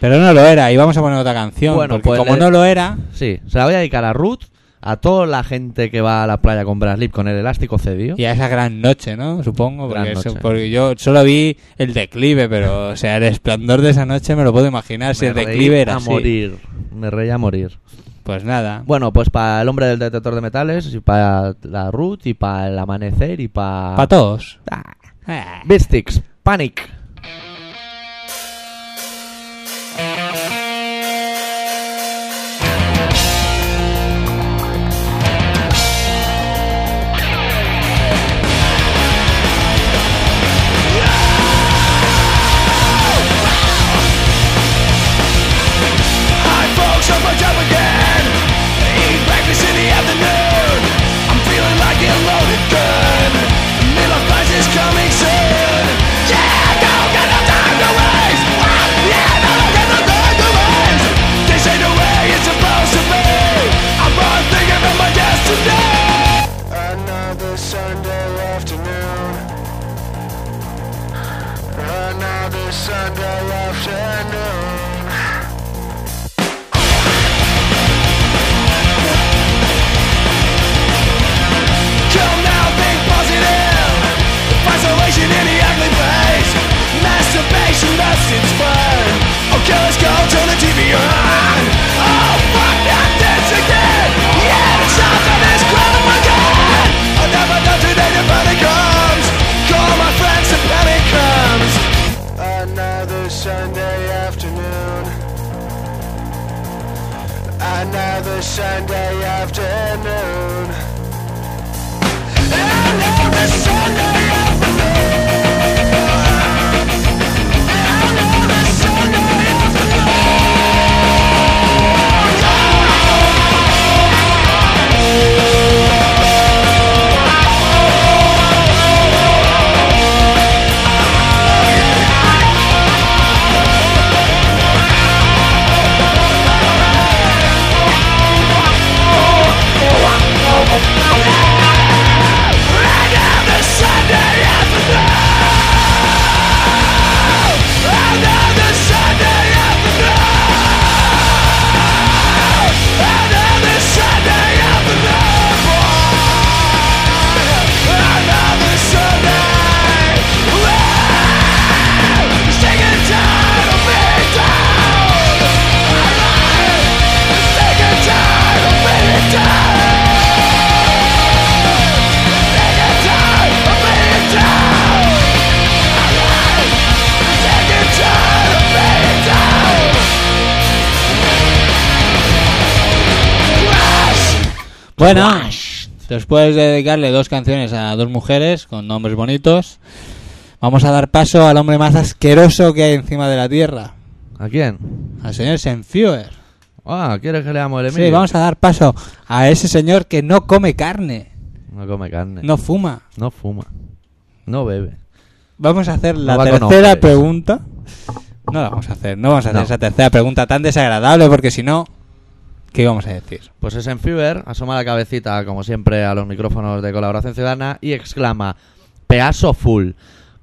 Speaker 2: Pero no lo era, y vamos a poner otra canción.
Speaker 1: Bueno,
Speaker 2: porque
Speaker 1: pues
Speaker 2: como
Speaker 1: le-
Speaker 2: no lo era,
Speaker 1: Sí, se la voy a dedicar a Ruth, a toda la gente que va a la playa con Braslip con el elástico cedido.
Speaker 2: y a esa gran noche, ¿no? Supongo, porque,
Speaker 1: Gran
Speaker 2: eso-
Speaker 1: noche.
Speaker 2: porque yo solo vi el declive, pero, o sea, el esplendor de esa noche me lo puedo imaginar si
Speaker 1: Me
Speaker 2: el
Speaker 1: reí
Speaker 2: declive era
Speaker 1: a
Speaker 2: así.
Speaker 1: morir. Me reí a morir.
Speaker 2: Pues nada.
Speaker 1: Bueno, pues para el hombre del detector de metales, y para la Ruth, y para el amanecer, y para.
Speaker 2: Para todos.
Speaker 1: Ah.
Speaker 2: Ah.
Speaker 1: Beastix, Panic.
Speaker 3: Hi folks, I'm my job again. Eight breakfast in the afternoon. I'm feeling like a loaded gun. Middle class is coming soon. Yeah, don't got no time to waste. Ah, yeah, don't got no time to waste. This ain't the way it's supposed to be. I'm on thinking about my destiny.
Speaker 4: Another Sunday afternoon. Another Sunday afternoon.
Speaker 3: Kill now, think positive. Isolation in the ugly place. Masturbation, that's its fun. Okay, let's go, turn the TV on. Oh, fuck, not this again. Yeah, it's all done, it's credible again. I'll never know today the panic comes. Call my friends, the panic comes.
Speaker 4: Another Sunday afternoon. Another Sunday afternoon.
Speaker 3: And every Sunday afternoon. And every Sunday afternoon. Another Sunday afternoon. Another Sunday afternoon. Another Sunday afternoon. Another Sunday. We're singing tired of being down. Singing tired of being down. Singing tired of being down. Singing tired of being down. Crash.
Speaker 2: Bueno, después de dedicarle dos canciones a dos mujeres con nombres bonitos, vamos a dar paso al hombre más asqueroso que hay encima de la tierra,
Speaker 1: ¿A quién?
Speaker 2: al señor Senfuer.
Speaker 1: Ah, ¿quieres que leamos el Emilio?
Speaker 2: Sí, vamos a dar paso a ese señor que no come carne,
Speaker 1: No come carne.
Speaker 2: no fuma.
Speaker 1: No fuma. No bebe.
Speaker 2: Vamos a hacer la
Speaker 1: va con
Speaker 2: tercera
Speaker 1: hombres.
Speaker 2: pregunta. No la vamos a hacer, no vamos a hacer
Speaker 1: No.
Speaker 2: esa tercera pregunta tan desagradable porque si no, ¿qué íbamos a decir?
Speaker 1: Pues es en Fever, asoma la cabecita, como siempre, a los micrófonos de Colaboración Ciudadana y exclama: Peaso full.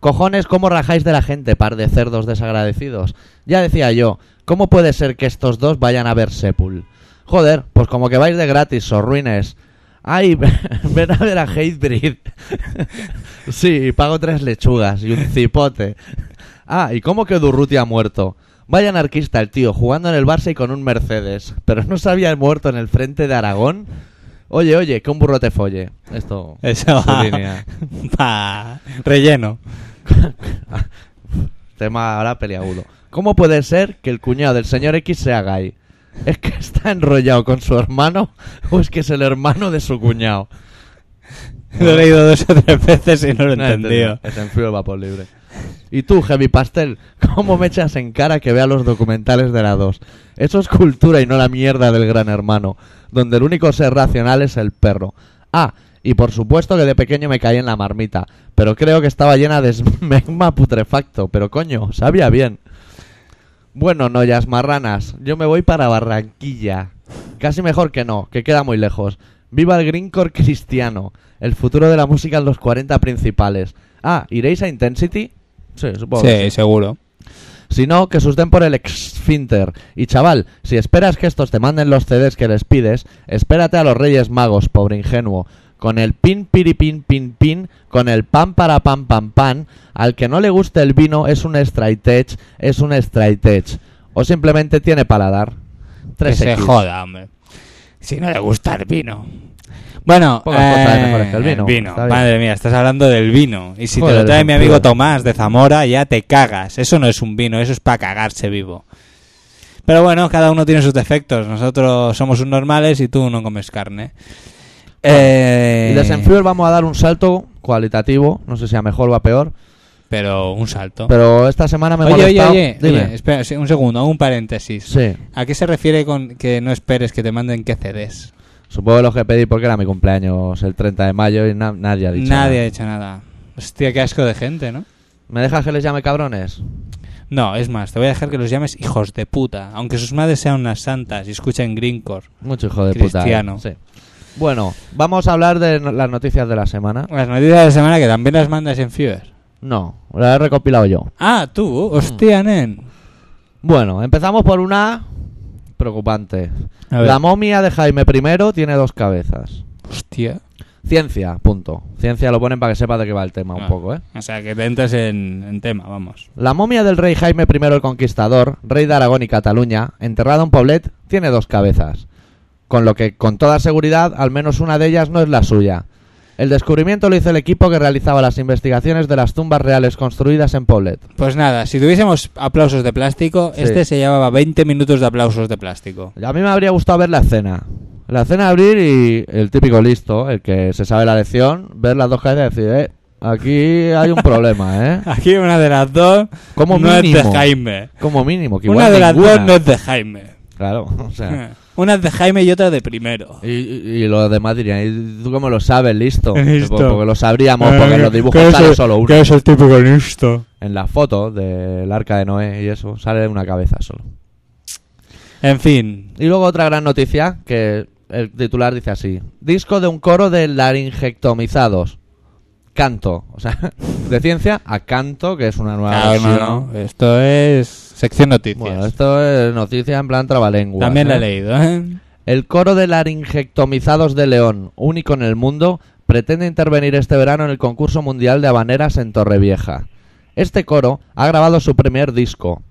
Speaker 1: Cojones, ¿cómo rajáis de la gente, par de cerdos desagradecidos? Ya decía yo, ¿cómo puede ser que estos dos vayan a ver Sepul? Joder, pues como que vais de gratis, o ruines. Ay, ven a ver a Hatebreed. sí, pago tres lechugas y un cipote. Ah, ¿y cómo que Durruti ha muerto? Vaya anarquista el tío, jugando en el Barça y con un Mercedes. Pero no se había muerto en el frente de Aragón. Oye, oye, que un burro te folle. Esto.
Speaker 2: Eso
Speaker 1: su
Speaker 2: va-
Speaker 1: línea.
Speaker 2: va- relleno.
Speaker 1: Tema ahora peliagudo. ¿Cómo puede ser que el cuñado del señor X sea gay? ¿Es que está enrollado con su hermano o es que es el hermano de su cuñado?
Speaker 2: Lo he leído dos o tres veces y no lo he
Speaker 1: No he
Speaker 2: entendido.
Speaker 1: entendido. Es en frío el vapor libre. Y tú, Heavy Pastel, ¿cómo me echas en cara que vea los documentales de la 2? Eso es cultura y no la mierda del gran hermano, donde el único ser racional es el perro. Ah, y por supuesto que de pequeño me caí en la marmita, pero creo que estaba llena de esmegma putrefacto, pero coño, sabía bien. Bueno, noyas marranas, yo me voy para Barranquilla. Casi mejor que no, que queda muy lejos. Viva el Greencore cristiano, el futuro de la música en los 40 principales. Ah, ¿iréis a Intensity? Sí, supongo. que
Speaker 2: Sí, seguro.
Speaker 5: Si no, que sus den por el exfinter. Y chaval, si esperas que estos te manden los CDs que les pides, espérate a los Reyes Magos, pobre ingenuo. Con el pin piripin pin pin, con el pan para pan pan pan, al que no le guste el vino es un straight edge, es un straight edge. O simplemente tiene paladar.
Speaker 2: Que
Speaker 5: 3X.
Speaker 2: se joda, hombre. Si no le gusta el vino. Bueno, eh,
Speaker 1: Pocas cosas mejores que el vino. Está bien.
Speaker 2: Madre mía, estás hablando del vino. Y si te
Speaker 1: Joder,
Speaker 2: lo trae mi amigo
Speaker 1: joder.
Speaker 2: Tomás de Zamora, ya te cagas. Eso no es un vino, eso es para cagarse vivo. Pero bueno, cada uno tiene sus defectos. Nosotros somos un normales y tú no comes carne. Eh,
Speaker 1: Y de Senfuel vamos a dar un salto cualitativo, no sé si a mejor o a peor,
Speaker 2: Eh, pero un salto.
Speaker 1: pero esta semana me ha
Speaker 2: oye, oye,
Speaker 1: molestado...
Speaker 2: oye,
Speaker 1: Dime.
Speaker 2: oye, espera sí, un segundo, un paréntesis.
Speaker 1: Sí,
Speaker 2: ¿A qué se refiere con que no esperes que te manden que cedes?
Speaker 1: supongo que los que pedí porque era mi cumpleaños el 30 de mayo y na- nadie ha dicho
Speaker 2: Nadie ha
Speaker 1: nada.
Speaker 2: dicho nada. Hostia, qué asco de gente, ¿no?
Speaker 1: ¿Me dejas que les llame cabrones?
Speaker 2: No, es más, te voy a dejar que los llames hijos de puta, aunque sus madres sean unas santas y escuchen Greencore.
Speaker 1: Mucho hijo de
Speaker 2: Cristiano.
Speaker 1: puta. ¿eh? Sí. Bueno, vamos a hablar de no- las noticias de la semana.
Speaker 2: Las noticias de la semana que también las mandas en Fever.
Speaker 1: No, las he recopilado yo.
Speaker 2: Ah, tú, hostia,
Speaker 1: Mm.
Speaker 2: nen.
Speaker 1: Bueno, empezamos por una preocupante.
Speaker 2: A ver.
Speaker 1: La momia de Jaime I tiene dos cabezas.
Speaker 2: Hostia.
Speaker 1: Ciencia, punto. Ciencia lo ponen para que sepas de qué va el tema un
Speaker 2: Ah.
Speaker 1: poco, ¿eh?
Speaker 2: O sea, que te entras en, en tema, vamos.
Speaker 1: La momia del rey Jaime I el Conquistador, rey de Aragón y Cataluña, enterrada en Poblet, tiene dos cabezas. Con lo que, con toda seguridad, al menos una de ellas no es la suya. El descubrimiento lo hizo el equipo que realizaba las investigaciones de las tumbas reales construidas en Poblet.
Speaker 2: Pues nada, si tuviésemos aplausos de plástico,
Speaker 1: Sí.
Speaker 2: este se llevaba 20 minutos de aplausos de plástico.
Speaker 1: A mí me habría gustado ver la escena. La escena de abrir y el típico listo, el que se sabe la lección, ver las dos cabezas y decir, eh, aquí hay un problema, ¿eh?
Speaker 2: Aquí una de las dos
Speaker 1: Como
Speaker 2: no
Speaker 1: mínimo.
Speaker 2: es de Jaime.
Speaker 1: Como mínimo, que
Speaker 2: Una
Speaker 1: igual
Speaker 2: de las
Speaker 1: ninguna.
Speaker 2: dos no es de Jaime.
Speaker 1: Claro, o sea.
Speaker 2: Una es de Jaime y otra de primero.
Speaker 1: Y, y- y los demás dirían, ¿y tú cómo lo sabes, listo?
Speaker 2: Listo. Eh,
Speaker 1: Porque, lo sabríamos, porque en los dibujos sale solo uno.
Speaker 2: es el típico listo?
Speaker 1: En las fotos del arca de Noé y eso, sale una cabeza solo.
Speaker 2: En fin.
Speaker 1: Y luego otra gran noticia que el titular dice así: Disco de un coro de laringectomizados. Canto. O sea, de ciencia a canto, que es una nueva
Speaker 2: Claro, no,
Speaker 1: versión.
Speaker 2: no. Esto es sección noticias.
Speaker 1: Bueno, esto es noticia en plan trabalengua.
Speaker 2: También la he
Speaker 1: ¿eh?
Speaker 2: leído, ¿eh?
Speaker 1: El coro de laringectomizados de León, único en el mundo, pretende intervenir este verano en el concurso mundial de habaneras en Torrevieja. Este coro ha grabado su primer disco,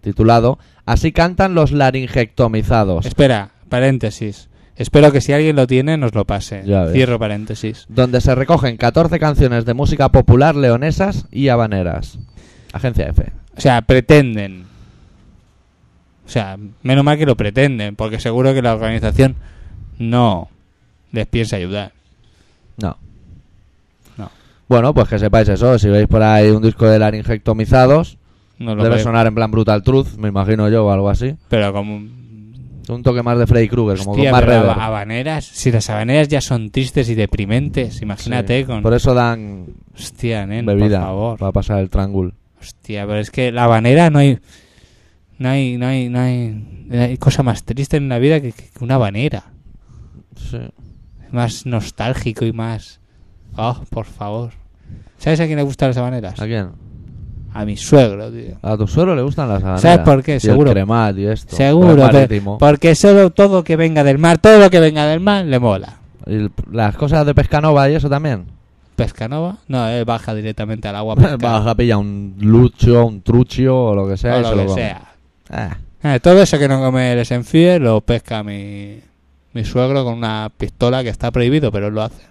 Speaker 1: titulado Así cantan los laringectomizados.
Speaker 2: Espera, paréntesis. Espero que si alguien lo tiene, nos lo pase.
Speaker 1: Ya ves.
Speaker 2: Cierro paréntesis.
Speaker 1: donde se recogen 14 canciones de música popular leonesas y habaneras. Agencia F.
Speaker 2: O sea, pretenden. O sea, menos mal que lo pretenden, porque seguro que la organización no les piensa ayudar.
Speaker 1: No.
Speaker 2: No.
Speaker 1: Bueno, pues que sepáis eso. Si veis por ahí un disco de laringectomizados,
Speaker 2: No lo
Speaker 1: debe
Speaker 2: podemos-
Speaker 1: sonar en plan Brutal Truth, me imagino yo, o algo así.
Speaker 2: Pero como...
Speaker 1: Un toque más de Freddy Krueger, como
Speaker 2: Hostia,
Speaker 1: con más
Speaker 2: pero
Speaker 1: reverb.
Speaker 2: haba- habaneras... Si las habaneras ya son tristes y deprimentes,
Speaker 1: Sí.
Speaker 2: imagínate con...
Speaker 1: Por eso dan
Speaker 2: Hostia, nen,
Speaker 1: bebida
Speaker 2: por favor.
Speaker 1: para pasar el trangul.
Speaker 2: Hostia, pero es que la habanera no hay. No hay, no hay, no hay, no hay cosa más triste en la vida que, que una habanera.
Speaker 1: Sí.
Speaker 2: Es Más nostálgico y más. Oh, por favor. ¿Sabes a quién le gustan las habaneras?
Speaker 1: ¿A quién?
Speaker 2: A mi suegro, tío.
Speaker 1: A tu suelo le gustan las habaneras.
Speaker 2: por qué?
Speaker 1: Y el
Speaker 2: Seguro.
Speaker 1: cremat y esto.
Speaker 2: Seguro,
Speaker 1: Todo
Speaker 2: pero-
Speaker 1: marítimo.
Speaker 2: porque solo todo que venga del mar, todo lo que venga del mar le mola.
Speaker 1: Y el- las cosas de Pescanova y eso también.
Speaker 2: Pescanova, no, él baja directamente al agua. a pescar,
Speaker 1: Baja, pilla un lucho, un trucho o lo que sea.
Speaker 2: o
Speaker 1: y se
Speaker 2: lo
Speaker 1: lo
Speaker 2: que
Speaker 1: come.
Speaker 2: sea.
Speaker 1: Ah,
Speaker 2: Eh, todo eso que no come el Senfie lo pesca mi, mi suegro con una pistola que está prohibido, pero él lo hace.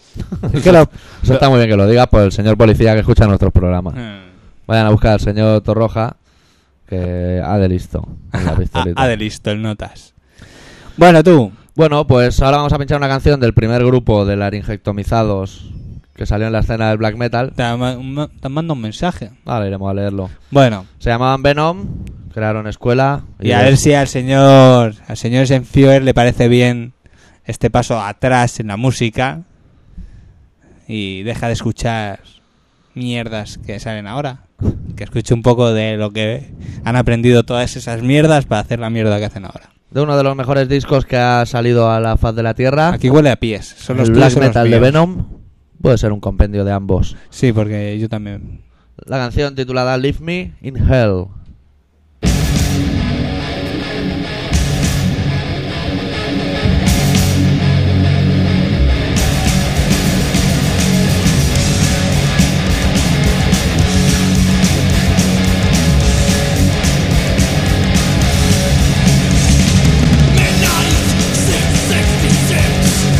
Speaker 2: Es que lo-
Speaker 1: eso está muy bien que lo digas por el señor policía que escucha nuestros programas.
Speaker 2: Eh.
Speaker 1: Vayan a buscar al señor Torroja, que ha de listo. con la pistolita.
Speaker 2: Ah, de listo, el notas. Bueno, tú.
Speaker 1: Bueno, pues ahora vamos a pinchar una canción del primer grupo de laringectomizados que salió en la escena del black metal.
Speaker 2: Te, ma- ma- te mando un mensaje.
Speaker 1: Ahora iremos a leerlo.
Speaker 2: Bueno,
Speaker 1: Se llamaban Venom, crearon escuela.
Speaker 2: y a ver si al señor al señor Senfier le parece bien este paso atrás en la música y deja de escuchar mierdas que salen ahora. Que escuche un poco de lo que han aprendido todas esas mierdas para hacer la mierda que hacen ahora.
Speaker 1: De uno de los mejores discos que ha salido a la faz de la tierra.
Speaker 2: Aquí huele a pies. Son los
Speaker 1: Ah. el
Speaker 2: tuyos
Speaker 1: black
Speaker 2: y los
Speaker 1: metal de
Speaker 2: míos.
Speaker 1: Venom puede ser un compendio de ambos.
Speaker 2: Sí, porque yo también.
Speaker 1: La canción titulada Leave Me in Hell.
Speaker 6: Midnight, six, six,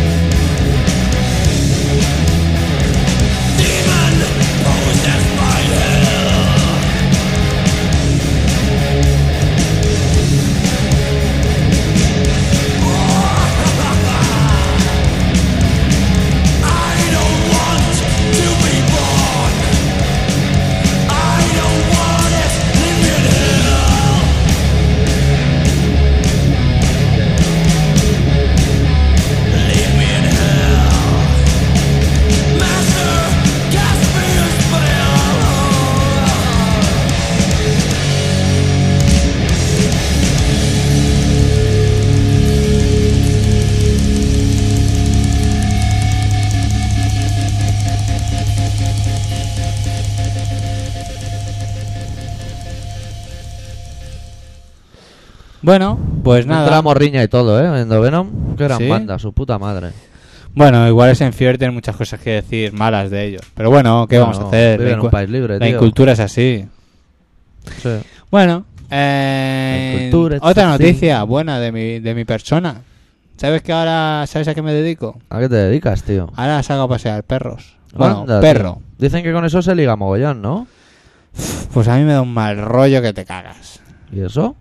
Speaker 6: oh,
Speaker 2: Bueno, pues nada.
Speaker 1: Entra morriña y todo, ¿eh? En Venom, qué gran
Speaker 2: ¿Sí?
Speaker 1: banda, su puta madre.
Speaker 2: Bueno, igual es en Fear tienen muchas cosas que decir malas de ellos. Pero bueno, ¿qué vamos a
Speaker 1: Bueno,
Speaker 2: hacer?
Speaker 1: vive
Speaker 2: La,
Speaker 1: en un
Speaker 2: incu-
Speaker 1: país libre,
Speaker 2: la
Speaker 1: tío.
Speaker 2: incultura es así.
Speaker 1: Sí.
Speaker 2: Bueno, eh,
Speaker 1: La incultura es
Speaker 2: otra
Speaker 1: así.
Speaker 2: noticia buena de mi, de mi persona. ¿Sabes que ahora sabes a qué me dedico?
Speaker 1: ¿A qué te dedicas, tío?
Speaker 2: Ahora salgo a pasear perros. Ah, Bueno,
Speaker 1: Anda,
Speaker 2: perro.
Speaker 1: tío. Dicen que con eso se liga mogollón, ¿no?
Speaker 2: Pues a mí me da un mal rollo que te cagas.
Speaker 1: ¿Y eso?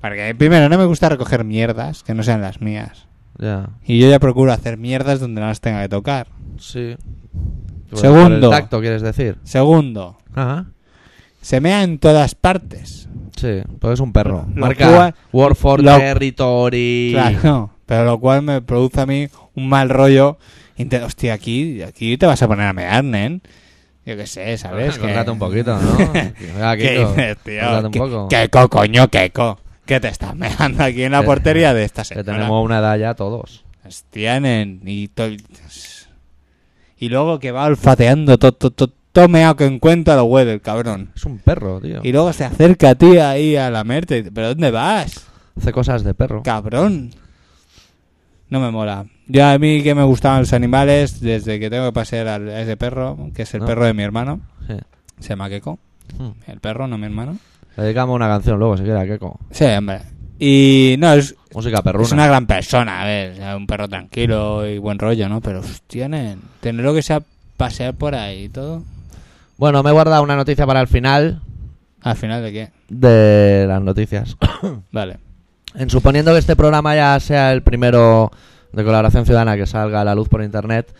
Speaker 2: Porque primero no me gusta recoger mierdas que no sean las mías.
Speaker 1: Ya.
Speaker 2: Y yo ya procuro hacer mierdas donde no las tenga que tocar.
Speaker 1: Sí. Pues, por
Speaker 2: Segundo.
Speaker 1: el tacto, quieres decir.
Speaker 2: Segundo,
Speaker 1: Ajá.
Speaker 2: se mea en todas partes.
Speaker 1: Sí, pues es un perro.
Speaker 2: Lo cual-
Speaker 1: Marca War for
Speaker 2: lo-
Speaker 1: Territory.
Speaker 2: Claro, pero lo cual me produce a mí un mal rollo. Inte- Hostia, aquí, aquí te vas a poner a mear, nen. Yo qué sé, ¿sabes? Que-
Speaker 1: Córtate un poquito, ¿no? Venga,
Speaker 2: ¿Qué
Speaker 1: Kiko,
Speaker 2: dices, tío?
Speaker 1: córtate un
Speaker 2: ¿Qué-
Speaker 1: poco.
Speaker 2: qué co, coño, qué co? ¿Qué te estás meando aquí en la
Speaker 1: Que-
Speaker 2: portería de esta
Speaker 1: Que
Speaker 2: señora?
Speaker 1: tenemos una edad ya todos.
Speaker 2: Hostia, nen, y, to- y luego que va olfateando todo to, to, to meao que encuentra lo huele el cabrón.
Speaker 1: Es un perro, tío.
Speaker 2: Y luego se acerca a ti ahí a lamerte. y dice, ¿Pero dónde vas?
Speaker 1: Hace cosas de perro.
Speaker 2: Cabrón. No me mola. Yo a mí que me gustaban los animales desde que tengo que pasear al- a ese perro, que es el
Speaker 1: No.
Speaker 2: perro de mi hermano.
Speaker 1: Sí.
Speaker 2: Se llama Keiko.
Speaker 1: Hmm.
Speaker 2: El perro, no mi hermano.
Speaker 1: Le dedicamos una canción luego, si quieres, a Keko.
Speaker 2: Sí, hombre. Y no, es,
Speaker 1: Música perruna.
Speaker 2: es una gran persona, a ver, o sea, un perro tranquilo y buen rollo, ¿no? Pero tienen, tener lo que sea pasear por ahí y todo.
Speaker 1: Bueno, me he guardado una noticia para el final
Speaker 2: Al final de qué?
Speaker 1: de las noticias.
Speaker 2: Vale.
Speaker 1: En suponiendo que este programa ya sea el primero de colaboración ciudadana que salga a la luz por internet,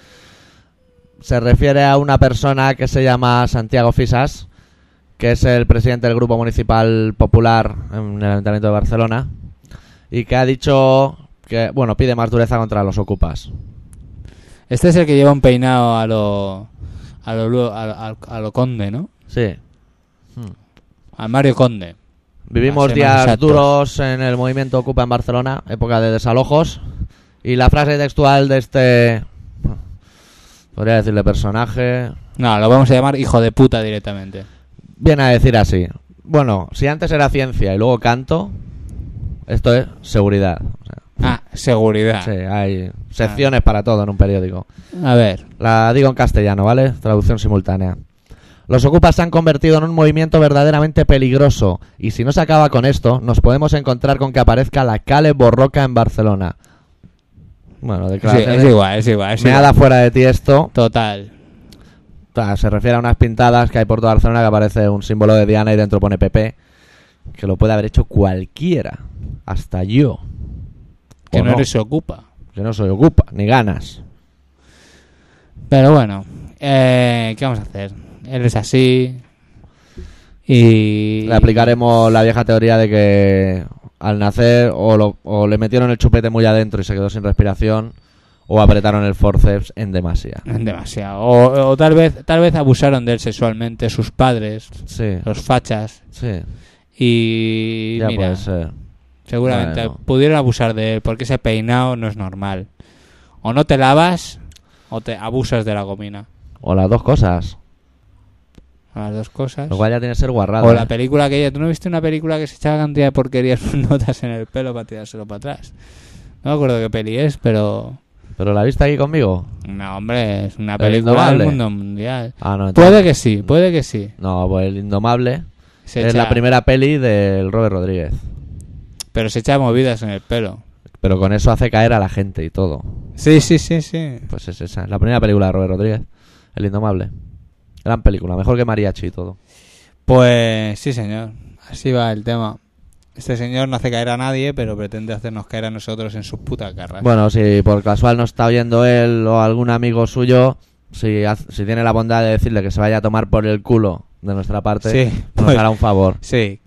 Speaker 1: se refiere a una persona que se llama Santiago Fisas, que es el presidente del Grupo Municipal Popular en el Ayuntamiento de Barcelona, y que ha dicho que, bueno, pide más dureza contra los ocupas.
Speaker 2: Este es el que lleva un peinado a lo a lo, lu- a lo, a lo- a lo conde, ¿no?
Speaker 1: Sí.
Speaker 2: Al Mario Conde.
Speaker 1: Vivimos
Speaker 2: Para ser más
Speaker 1: días
Speaker 2: exactos.
Speaker 1: duros en el movimiento Ocupa en Barcelona, época de desalojos. Y la frase textual de este. Podría decirle personaje.
Speaker 2: No, lo vamos a llamar hijo de puta directamente.
Speaker 1: Viene a decir así. Bueno, si antes era ciencia y luego canto, esto es seguridad. O sea,
Speaker 2: Ah, seguridad.
Speaker 1: sí, hay secciones para todo en un periódico.
Speaker 2: A ver.
Speaker 1: La digo en castellano, ¿vale? Traducción simultánea. Los ocupas se han convertido en un movimiento verdaderamente peligroso y si no se acaba con esto, nos podemos encontrar con que aparezca la Cale Borroca en Barcelona. Bueno,
Speaker 2: Sí, es
Speaker 1: declaraciones.
Speaker 2: igual, es igual. Es
Speaker 1: Me
Speaker 2: igual.
Speaker 1: da fuera de ti esto.
Speaker 2: Total.
Speaker 1: Ta, Se refiere a unas pintadas que hay por toda Barcelona que aparece un símbolo de Diana y dentro pone PP. Que lo puede haber hecho cualquiera. Hasta yo.
Speaker 2: Que
Speaker 1: O Pues
Speaker 2: no,
Speaker 1: no.
Speaker 2: eres ocupa.
Speaker 1: Que no soy ocupa, ni ganas.
Speaker 2: Pero bueno, eh, ¿qué vamos a hacer? Él es así. Y.
Speaker 1: Le aplicaremos la vieja teoría de que al nacer o, lo- o le metieron el chupete muy adentro y se quedó sin respiración o apretaron el forceps en demasía.
Speaker 2: Demasiado. O, o tal vez tal vez abusaron de él sexualmente sus padres,
Speaker 1: Sí,
Speaker 2: los fachas.
Speaker 1: sí,
Speaker 2: Y.
Speaker 1: ya pues, eh,
Speaker 2: mira,
Speaker 1: puede ser.
Speaker 2: seguramente
Speaker 1: Bueno.
Speaker 2: pudieron abusar de él porque ese peinado no es normal. O no te lavas o te abusas de la gomina.
Speaker 1: O las dos cosas.
Speaker 2: Las dos cosas.
Speaker 1: Lo cual ya tiene que ser guarrada.
Speaker 2: O
Speaker 1: ¿eh?
Speaker 2: la película que ella. ¿Tú no viste una película que se echaba cantidad de porquerías por notas en el pelo para tirárselo para atrás? No me acuerdo qué peli es, pero.
Speaker 1: ¿Pero la viste aquí conmigo?
Speaker 2: No, hombre, es una
Speaker 1: Pero
Speaker 2: película
Speaker 1: indomable.
Speaker 2: del mundo mundial.
Speaker 1: Ah, no. entonces-
Speaker 2: Puede que sí, puede que sí.
Speaker 1: No, pues El Indomable
Speaker 2: Se
Speaker 1: es
Speaker 2: echa-
Speaker 1: la primera peli del Robert Rodríguez.
Speaker 2: Pero se echa movidas en el pelo.
Speaker 1: Pero con eso hace caer a la gente y todo.
Speaker 2: Sí, sí, sí, sí.
Speaker 1: Pues es esa, la primera película de Robert Rodríguez. El Indomable. Gran película, mejor que Mariachi y todo.
Speaker 2: Pues sí, señor. Así va el tema. Este señor no hace caer a nadie, pero pretende hacernos caer a nosotros en sus putas garras.
Speaker 1: Bueno, si por casual no está oyendo él o algún amigo suyo, si, haz- si tiene la bondad de decirle que se vaya a tomar por el culo de nuestra parte,
Speaker 2: Sí,
Speaker 1: nos
Speaker 2: pues-
Speaker 1: hará un favor.
Speaker 2: Sí,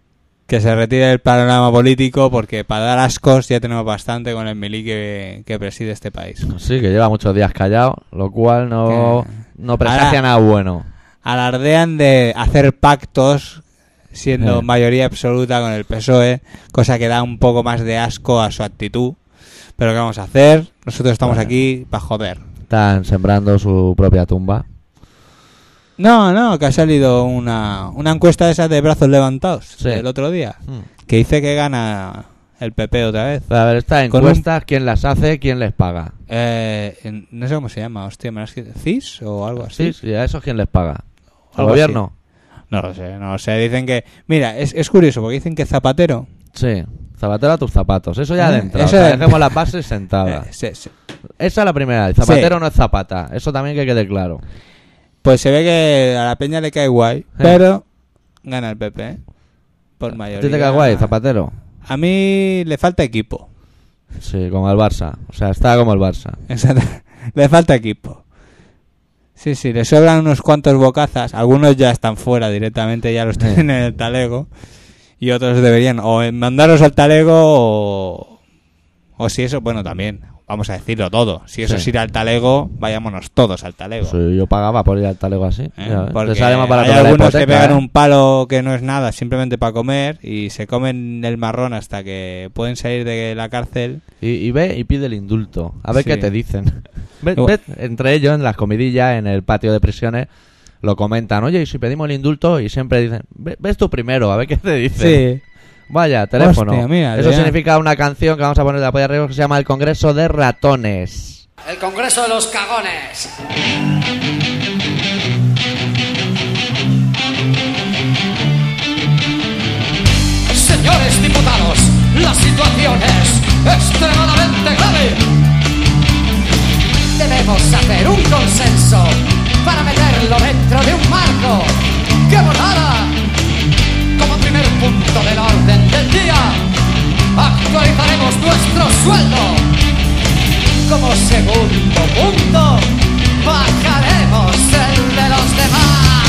Speaker 2: que se retire del panorama político porque para dar ascos ya tenemos bastante con el milí que, que preside este país.
Speaker 1: Sí, que lleva muchos días callado, lo cual no,
Speaker 2: Eh,
Speaker 1: no presagia
Speaker 2: ahora-
Speaker 1: nada bueno.
Speaker 2: Alardean de hacer pactos siendo
Speaker 1: Eh.
Speaker 2: mayoría absoluta con el PSOE, E, cosa que da un poco más de asco a su actitud. Pero ¿qué vamos a hacer? Nosotros estamos
Speaker 1: Bueno.
Speaker 2: aquí para joder.
Speaker 1: Están sembrando su propia tumba.
Speaker 2: No, no, que ha salido una, una encuesta esa de brazos levantados
Speaker 1: Sí.
Speaker 2: Hmm. del otro día que dice que gana El PP otra vez.
Speaker 1: A ver, estas
Speaker 2: Con un-
Speaker 1: encuestas, ¿quién las hace? ¿Quién les paga?
Speaker 2: Eh, en- no sé cómo se llama, hostia, me lo has escrito. ¿CIS o algo así?
Speaker 1: Sí, sí, a eso quién les paga. ¿Al
Speaker 2: Pues Algo
Speaker 1: gobierno?
Speaker 2: así. No lo sé, no lo sé. Dicen que. Mira, es, es curioso porque dicen que Zapatero.
Speaker 1: Sí. Zapatero a tus zapatos. Eso ya
Speaker 2: Ah,
Speaker 1: adentro.
Speaker 2: eso de-
Speaker 1: dejemos las bases sentadas.
Speaker 2: eh, se- se-
Speaker 1: Esa es la primera. El zapatero no es zapata. Eso también que quede claro.
Speaker 2: pues se ve que a la peña le cae guay, pero gana el PP. ¿eh? Por
Speaker 1: ¿A
Speaker 2: mayoría.
Speaker 1: ti te cae guay, zapatero?
Speaker 2: A mí le falta equipo.
Speaker 1: Sí, como el Barça. O sea, está como el Barça.
Speaker 2: Exacto. Le falta equipo. Sí, sí, le sobran unos cuantos bocazas. Algunos ya están fuera directamente, ya los tienen en el talego. Y otros deberían o en- mandarlos al talego o, o si eso, bueno, también, vamos a decirlo todo. Si eso es
Speaker 1: Sí.
Speaker 2: ir al talego, vayámonos todos al talego.
Speaker 1: Sí, yo pagaba por ir al talego así.
Speaker 2: ¿eh?
Speaker 1: Ya ves.
Speaker 2: Porque
Speaker 1: Te sale más barato
Speaker 2: hay
Speaker 1: que la
Speaker 2: algunos que
Speaker 1: hipoteca,
Speaker 2: pegan
Speaker 1: ¿eh?
Speaker 2: un palo que no es nada, simplemente para comer y se comen el marrón hasta que pueden salir de la cárcel.
Speaker 1: Y, y ve y pide el indulto. A ver
Speaker 2: Sí.
Speaker 1: qué te dicen. Ve-
Speaker 2: Luego-
Speaker 1: ve entre ellos, en las comidillas, en el patio de prisiones, lo comentan. Oye, y si pedimos el indulto, y siempre dicen, "Ve- ves tú primero, a ver qué te dicen. Vaya, teléfono.
Speaker 2: Hostia, mira,
Speaker 1: Eso
Speaker 2: ya.
Speaker 1: significa una canción que vamos a poner de apoyo arriba que se llama El Congreso de Ratones.
Speaker 6: El Congreso de los Cagones. Señores diputados, la situación es extremadamente grave. Debemos hacer un consenso para meterlo dentro de un marco. ¡Qué bonada! Como primer punto del orden del día, actualizaremos nuestro sueldo como segundo punto bajaremos el de los demás.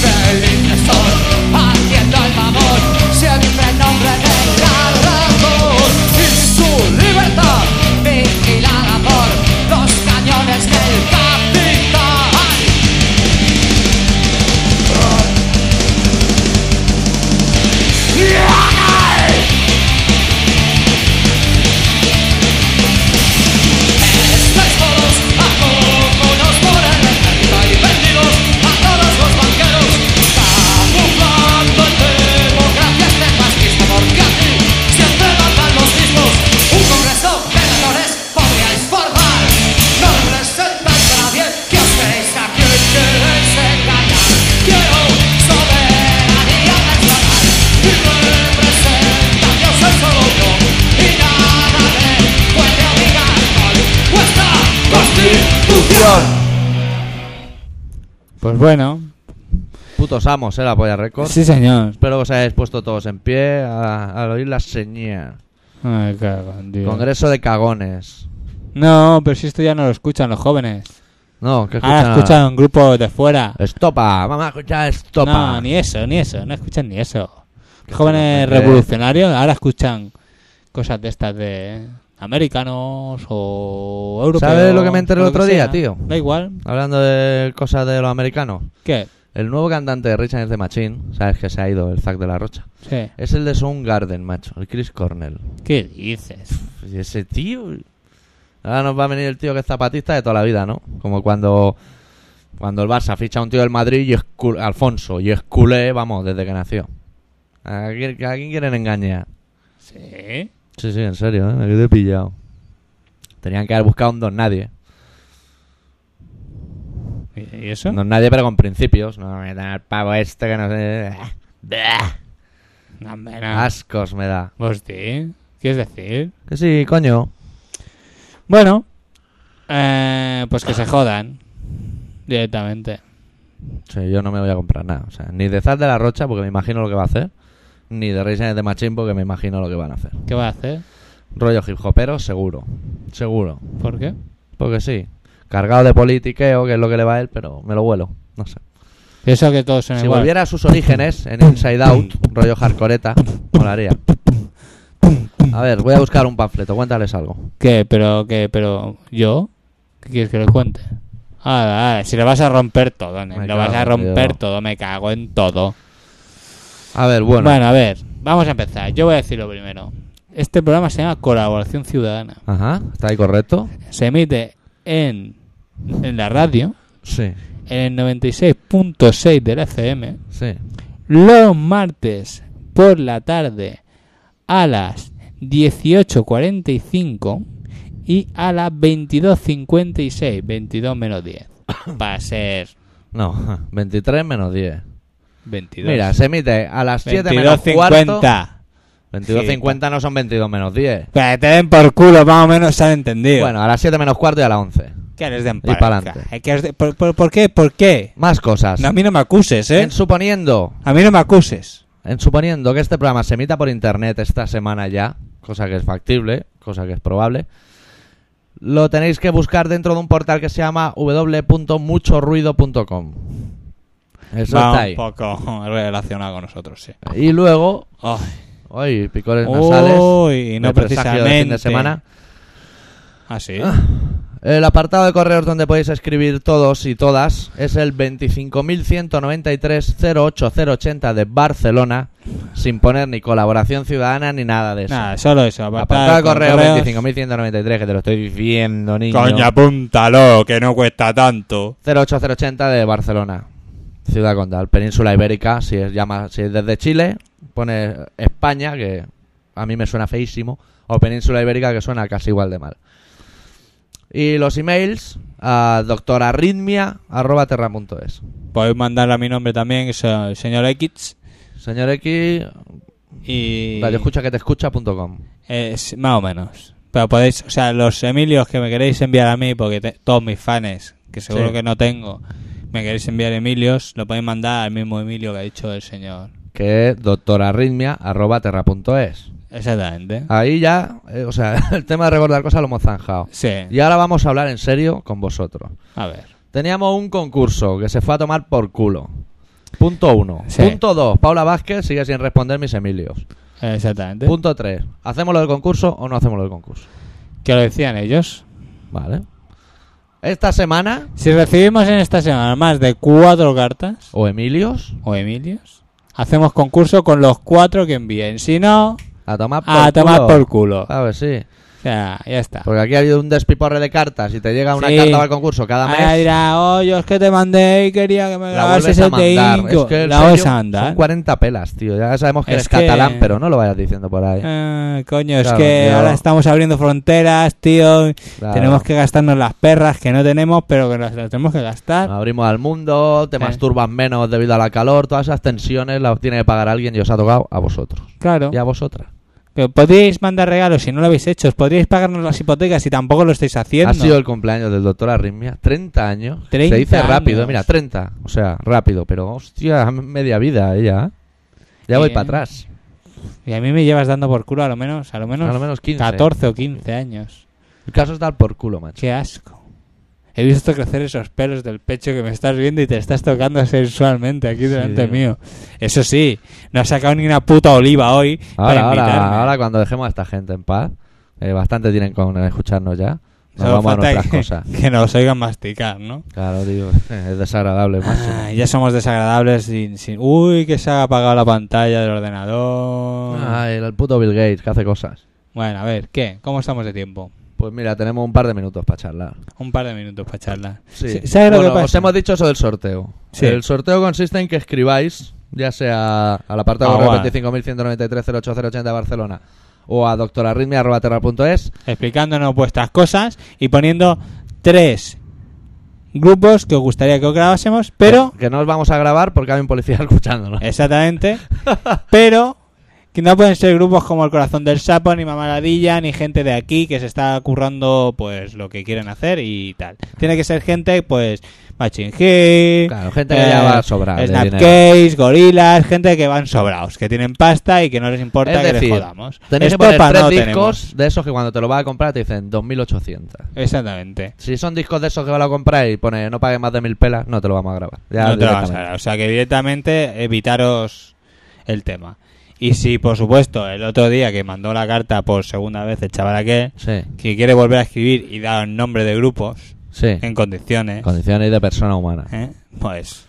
Speaker 6: ¡Qué felices son haciendo el mamón! Siempre en nombre del carragón y su libertad vigilada por los cañones del capital. Estáis todos a poco nos ponen y vendidos a todos los banqueros Camuflando en democracia este fascismo porque aquí siempre matan los mismos Un congreso de errores podríais formar No representáis a nadie que os veis aquí y queréis engañar Quiero soberanía nacional y representación soy solo yo Y nada me puede obligar con vuestra constitución
Speaker 2: Pues bueno,
Speaker 1: Putos amos, ¿eh? La polla récord.
Speaker 2: sí señor.
Speaker 1: Espero que os hayáis puesto todos en pie a- al oír la señal.
Speaker 2: Ay, cagón, tío.
Speaker 1: Congreso de Cagones.
Speaker 2: No, pero si esto ya no lo escuchan los jóvenes.
Speaker 1: No, que
Speaker 2: Ahora
Speaker 1: escuchan. a-
Speaker 2: escuchan un grupo de fuera.
Speaker 1: Estopa, vamos a escuchar Estopa.
Speaker 2: No, ni eso, ni eso, no escuchan ni eso. Los jóvenes
Speaker 1: no sé qué.
Speaker 2: revolucionarios ahora escuchan cosas de estas de americanos o europeos.
Speaker 1: ¿Sabes lo que me enteré
Speaker 2: o
Speaker 1: el
Speaker 2: lo que
Speaker 1: otro día,
Speaker 2: sea.
Speaker 1: tío?
Speaker 2: Da igual.
Speaker 1: Hablando de cosas de los americanos.
Speaker 2: ¿Qué?
Speaker 1: El nuevo cantante de Richard de Machine, sabes que se ha ido el Zack de la Rocha.
Speaker 2: Sí.
Speaker 1: Es el de Soundgarden, macho, el Chris Cornell.
Speaker 2: ¿Qué dices?
Speaker 1: Y ese tío. Ahora nos va a venir el tío que es zapatista de toda la vida, ¿no? Como cuando. Cuando el Barça ficha a un tío del Madrid y es cul- Alfonso, y es culé, vamos, desde que nació. ¿A quién, a quién quieren engañar?
Speaker 2: Sí.
Speaker 1: Sí, sí, en serio, ¿eh? me quedé pillado. Tenían que haber buscado un don nadie.
Speaker 2: ¿Y eso?
Speaker 1: No es nadie, pero con principios. No me da el pavo este que no sé. Bah,
Speaker 2: No, hombre, no.
Speaker 1: Ascos me da.
Speaker 2: Hostia, ¿quieres decir?
Speaker 1: Que sí, coño.
Speaker 2: Bueno, eh, pues que se jodan directamente.
Speaker 1: Sí, yo no me voy a comprar nada. O sea, ni de Zaz de la Rocha, porque me imagino lo que va a hacer. Ni de Reyes de Machín, porque me imagino lo que van a hacer.
Speaker 2: ¿Qué va a hacer?
Speaker 1: Rollo hip hopero, seguro. Seguro.
Speaker 2: ¿Por qué?
Speaker 1: Porque sí. Cargado de politiqueo, que es lo que le va a él, pero me lo vuelo. No sé.
Speaker 2: Eso que todos son
Speaker 1: Si
Speaker 2: igual.
Speaker 1: volviera a sus orígenes en Inside Out, rollo hardcoreta, molaría. A ver, voy a buscar un panfleto. Cuéntales algo.
Speaker 2: ¿Qué? Pero, ¿qué? Pero, ¿yo? ¿Qué quieres que le cuente? Ah, ah, si le vas a romper todo, nen,
Speaker 1: Me
Speaker 2: lo vas a
Speaker 1: cago,
Speaker 2: romper
Speaker 1: tío.
Speaker 2: todo, me cago en todo.
Speaker 1: A ver,
Speaker 2: Bueno.
Speaker 1: bueno.
Speaker 2: a ver, vamos a empezar. Yo voy a decir lo primero. Este programa se llama Colaboración Ciudadana.
Speaker 1: Ajá, ¿está ahí correcto?
Speaker 2: Se emite en, en la radio,
Speaker 1: Sí,
Speaker 2: en el 96.6 del FM,
Speaker 1: sí.
Speaker 2: los martes por la tarde a las 18.45 y a las 22.56, 22 menos 10. Va a ser
Speaker 1: No, 23 menos 10.
Speaker 2: 22.
Speaker 1: Mira, se emite a las 7 menos 4.
Speaker 2: 22.50.
Speaker 1: 22.50 no son 22 menos 10.
Speaker 2: Que te den por culo, más o menos se han entendido.
Speaker 1: Bueno, a las 7 menos cuarto y a las 11.
Speaker 2: que les den
Speaker 1: y para
Speaker 2: pa'l-
Speaker 1: adelante.
Speaker 2: que les den- por, por- por qué? ¿Por qué?
Speaker 1: Más cosas.
Speaker 2: No, a mí no me acuses, ¿eh?
Speaker 1: En suponiendo,
Speaker 2: A mí no me acuses.
Speaker 1: en suponiendo que este programa se emita por internet esta semana ya, cosa que es factible, cosa que es probable, lo tenéis que buscar dentro de un portal que se llama www.muchoruido.com. Eso
Speaker 2: Va
Speaker 1: está
Speaker 2: un
Speaker 1: ahí.
Speaker 2: poco relacionado con nosotros, sí.
Speaker 1: Y luego,
Speaker 2: Ay.
Speaker 1: hoy picores nasales.
Speaker 2: Uy, no
Speaker 1: de presagio del fin
Speaker 2: precisamente.
Speaker 1: de semana.
Speaker 2: Ah, sí.
Speaker 1: El apartado de correos donde podéis escribir todos y todas es el 25.193.08080 de Barcelona, sin poner ni colaboración ciudadana ni nada de eso.
Speaker 2: Nada, solo eso. Apartado,
Speaker 1: apartado de correo
Speaker 2: correos.
Speaker 1: 25.193, que te lo estoy diciendo, niño.
Speaker 2: Coño, apúntalo, que no cuesta tanto.
Speaker 1: 08080 de Barcelona, ciudad condal, península ibérica. Si es, llama, si es desde Chile, pone España, que a mí me suena feísimo, o península ibérica, que suena casi igual de mal. Y los emails a doctorarritmia.terra.es.
Speaker 2: Podéis mandarle a mi nombre también, que soy el señor X.
Speaker 1: Señor X,
Speaker 2: Y.
Speaker 1: radioescucha que te escucha.com.
Speaker 2: Es más o menos. Pero podéis, o sea, los Emilios que me queréis enviar a mí, porque te- todos mis fans, que seguro
Speaker 1: Sí.
Speaker 2: que no tengo, me queréis enviar Emilios, lo podéis mandar al mismo Emilio que ha dicho el señor.
Speaker 1: Que es doctorarritmia.terra.es.
Speaker 2: Exactamente.
Speaker 1: Ahí ya, eh, o sea, el tema de recordar cosas lo hemos zanjado.
Speaker 2: Sí.
Speaker 1: Y ahora vamos a hablar en serio con vosotros.
Speaker 2: A ver.
Speaker 1: Teníamos un concurso que se fue a tomar por culo. Punto uno.
Speaker 2: Sí.
Speaker 1: Punto dos. Paula Vázquez sigue sin responder mis Emilios.
Speaker 2: Exactamente.
Speaker 1: Punto tres. ¿Hacemos lo del concurso o no hacemos lo del concurso?
Speaker 2: ¿Qué lo decían ellos?
Speaker 1: Vale. Esta semana,
Speaker 2: Si recibimos en esta semana más de cuatro cartas
Speaker 1: o Emilios,
Speaker 2: o Emilios, hacemos concurso con los cuatro que envíen. Si no,
Speaker 1: a tomar por
Speaker 2: a tomar
Speaker 1: culo.
Speaker 2: por culo. O
Speaker 1: A ver, sí.
Speaker 2: sea, ya está.
Speaker 1: Porque aquí ha habido un despiporre de cartas y te llega una
Speaker 2: Sí. Ah,
Speaker 1: carta para el concurso cada mes.
Speaker 2: Ahora dirá, oye, "Oh, es que te mandé y quería que me
Speaker 1: la vuelves
Speaker 2: grabases
Speaker 1: a
Speaker 2: Ah, ese
Speaker 1: mandar.
Speaker 2: teico.
Speaker 1: Es que el
Speaker 2: la vas
Speaker 1: sello
Speaker 2: a mandar.
Speaker 1: Son 40 pelas, tío. Ya sabemos que eres
Speaker 2: Es
Speaker 1: catalán,
Speaker 2: que-
Speaker 1: pero no lo vayas diciendo por ahí.
Speaker 2: Ah, coño,
Speaker 1: Claro,
Speaker 2: es que
Speaker 1: yo-
Speaker 2: ahora estamos abriendo fronteras, tío.
Speaker 1: Claro.
Speaker 2: Tenemos que gastarnos las perras que no tenemos, pero que nos las tenemos que gastar.
Speaker 1: Nos abrimos al mundo, te
Speaker 2: Sí.
Speaker 1: masturbas menos debido a la calor, todas esas tensiones las tiene que pagar alguien y os ha tocado a vosotros.
Speaker 2: Claro.
Speaker 1: Y a vosotras.
Speaker 2: Que podríais mandar regalos si no lo habéis hecho. Os podríais pagarnos las hipotecas si tampoco lo estáis haciendo.
Speaker 1: Ha sido el cumpleaños del doctor Arritmia. 30 años.
Speaker 2: 30
Speaker 1: Se dice rápido,
Speaker 2: años.
Speaker 1: mira, 30. O sea, rápido, pero hostia, media vida ella. ¿eh? Ya voy
Speaker 2: Bien.
Speaker 1: para atrás.
Speaker 2: Y a mí me llevas dando por culo a lo menos, a lo menos,
Speaker 1: A lo menos 15.
Speaker 2: 14 o 15 años.
Speaker 1: El caso es dar por culo, macho.
Speaker 2: Qué asco. He visto crecer esos pelos del pecho que me estás viendo y te estás tocando sensualmente aquí delante
Speaker 1: digo.
Speaker 2: mío. Eso sí, no has sacado ni una puta oliva hoy para
Speaker 1: Ahora,
Speaker 2: invitarme.
Speaker 1: ahora, ahora cuando dejemos a esta gente en paz, eh, bastante tienen con escucharnos ya. Nos
Speaker 2: Solo
Speaker 1: vamos a
Speaker 2: falta
Speaker 1: nuestras
Speaker 2: que,
Speaker 1: cosas.
Speaker 2: que nos oigan masticar, ¿no?
Speaker 1: Claro, digo, es desagradable, macho.
Speaker 2: Ah, ya somos desagradables sin, sin- Uy, que se ha apagado la pantalla del ordenador.
Speaker 1: Ay, Ah, el puto Bill Gates que hace cosas.
Speaker 2: Bueno, a ver, ¿qué? ¿Cómo estamos de tiempo?
Speaker 1: Pues mira, tenemos un par de minutos para charlar.
Speaker 2: Un par de minutos para charlar.
Speaker 1: Sí.
Speaker 2: ¿Sabes lo
Speaker 1: Bueno,
Speaker 2: que pasa?
Speaker 1: Os hemos dicho eso del sorteo.
Speaker 2: Sí.
Speaker 1: El sorteo consiste en que escribáis, ya sea al apartado
Speaker 2: Ah,
Speaker 1: correo
Speaker 2: guay.
Speaker 1: 25.193.08080 de Barcelona o a doctorarritmia.terra.es.
Speaker 2: explicándonos vuestras cosas y poniendo tres grupos que os gustaría que os grabásemos, pero
Speaker 1: Que, que no os vamos a grabar porque hay un policía escuchándonos.
Speaker 2: exactamente, pero que no pueden ser grupos como el corazón del sapo, ni mamaradilla, ni gente de aquí que se está currando pues lo que quieren hacer y tal. Tiene que ser gente pues Machine Head, eh,
Speaker 1: Claro, gente que ya va sobrada de
Speaker 2: Snapcase, gorilas, gente que van sobrados, que tienen pasta y que no les importa
Speaker 1: es
Speaker 2: que
Speaker 1: decir,
Speaker 2: les jodamos.
Speaker 1: tenéis que
Speaker 2: Esto
Speaker 1: poner
Speaker 2: pa'
Speaker 1: tres
Speaker 2: no
Speaker 1: discos
Speaker 2: tenemos.
Speaker 1: de esos que cuando te lo vas a comprar te dicen 2.800.
Speaker 2: Exactamente.
Speaker 1: Si son discos de esos que vas a comprar y pone no pagues más de mil pelas, no te lo vamos a grabar. Ya
Speaker 2: no te lo vas a
Speaker 1: directamente.
Speaker 2: dar. O sea que directamente evitaros el tema. Y si, por supuesto, el otro día que mandó la carta por segunda vez el chaval aquel,
Speaker 1: Sí,
Speaker 2: que quiere volver a escribir y dar nombre de grupos
Speaker 1: sí.
Speaker 2: en condiciones,
Speaker 1: Condiciones de persona humana.
Speaker 2: ¿eh? pues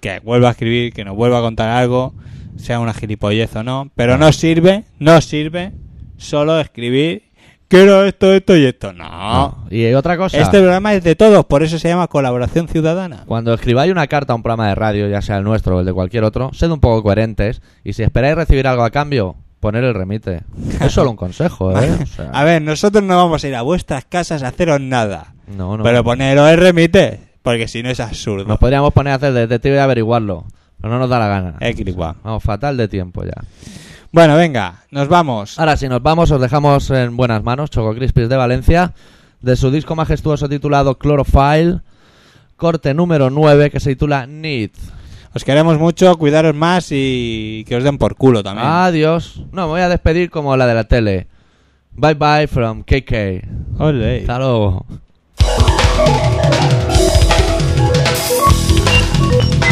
Speaker 2: que vuelva a escribir, que nos vuelva a contar algo, sea una gilipollez o no, pero no sirve, no sirve solo escribir quiero esto, esto y esto. No.
Speaker 1: No. Y otra cosa.
Speaker 2: Este programa es de todos, por eso se llama colaboración ciudadana.
Speaker 1: Cuando escribáis una carta a un programa de radio, ya sea el nuestro o el de cualquier otro, sed un poco coherentes y si esperáis recibir algo a cambio, Poner el remite. Es solo un consejo, ¿eh? O sea,
Speaker 2: A ver, nosotros no vamos a ir a vuestras casas a haceros nada.
Speaker 1: no, no.
Speaker 2: Pero poneros el remite, porque si no es absurdo.
Speaker 1: Nos podríamos poner a hacer detective y averiguarlo, pero no nos da la gana.
Speaker 2: Eh, Kiriguá.
Speaker 1: Vamos, fatal de tiempo ya.
Speaker 2: Bueno, venga, nos vamos.
Speaker 1: Ahora si nos vamos, os dejamos en buenas manos Choco Crispis de Valencia, de su disco majestuoso titulado Chlorophyll, corte número 9 que se titula Need.
Speaker 2: Os queremos mucho, cuidaros más y que os den por culo también.
Speaker 1: Ah. Adiós. No, me voy a despedir como la de la tele. Bye bye from KK.
Speaker 2: Ole.
Speaker 1: Hasta luego.
Speaker 7: Thank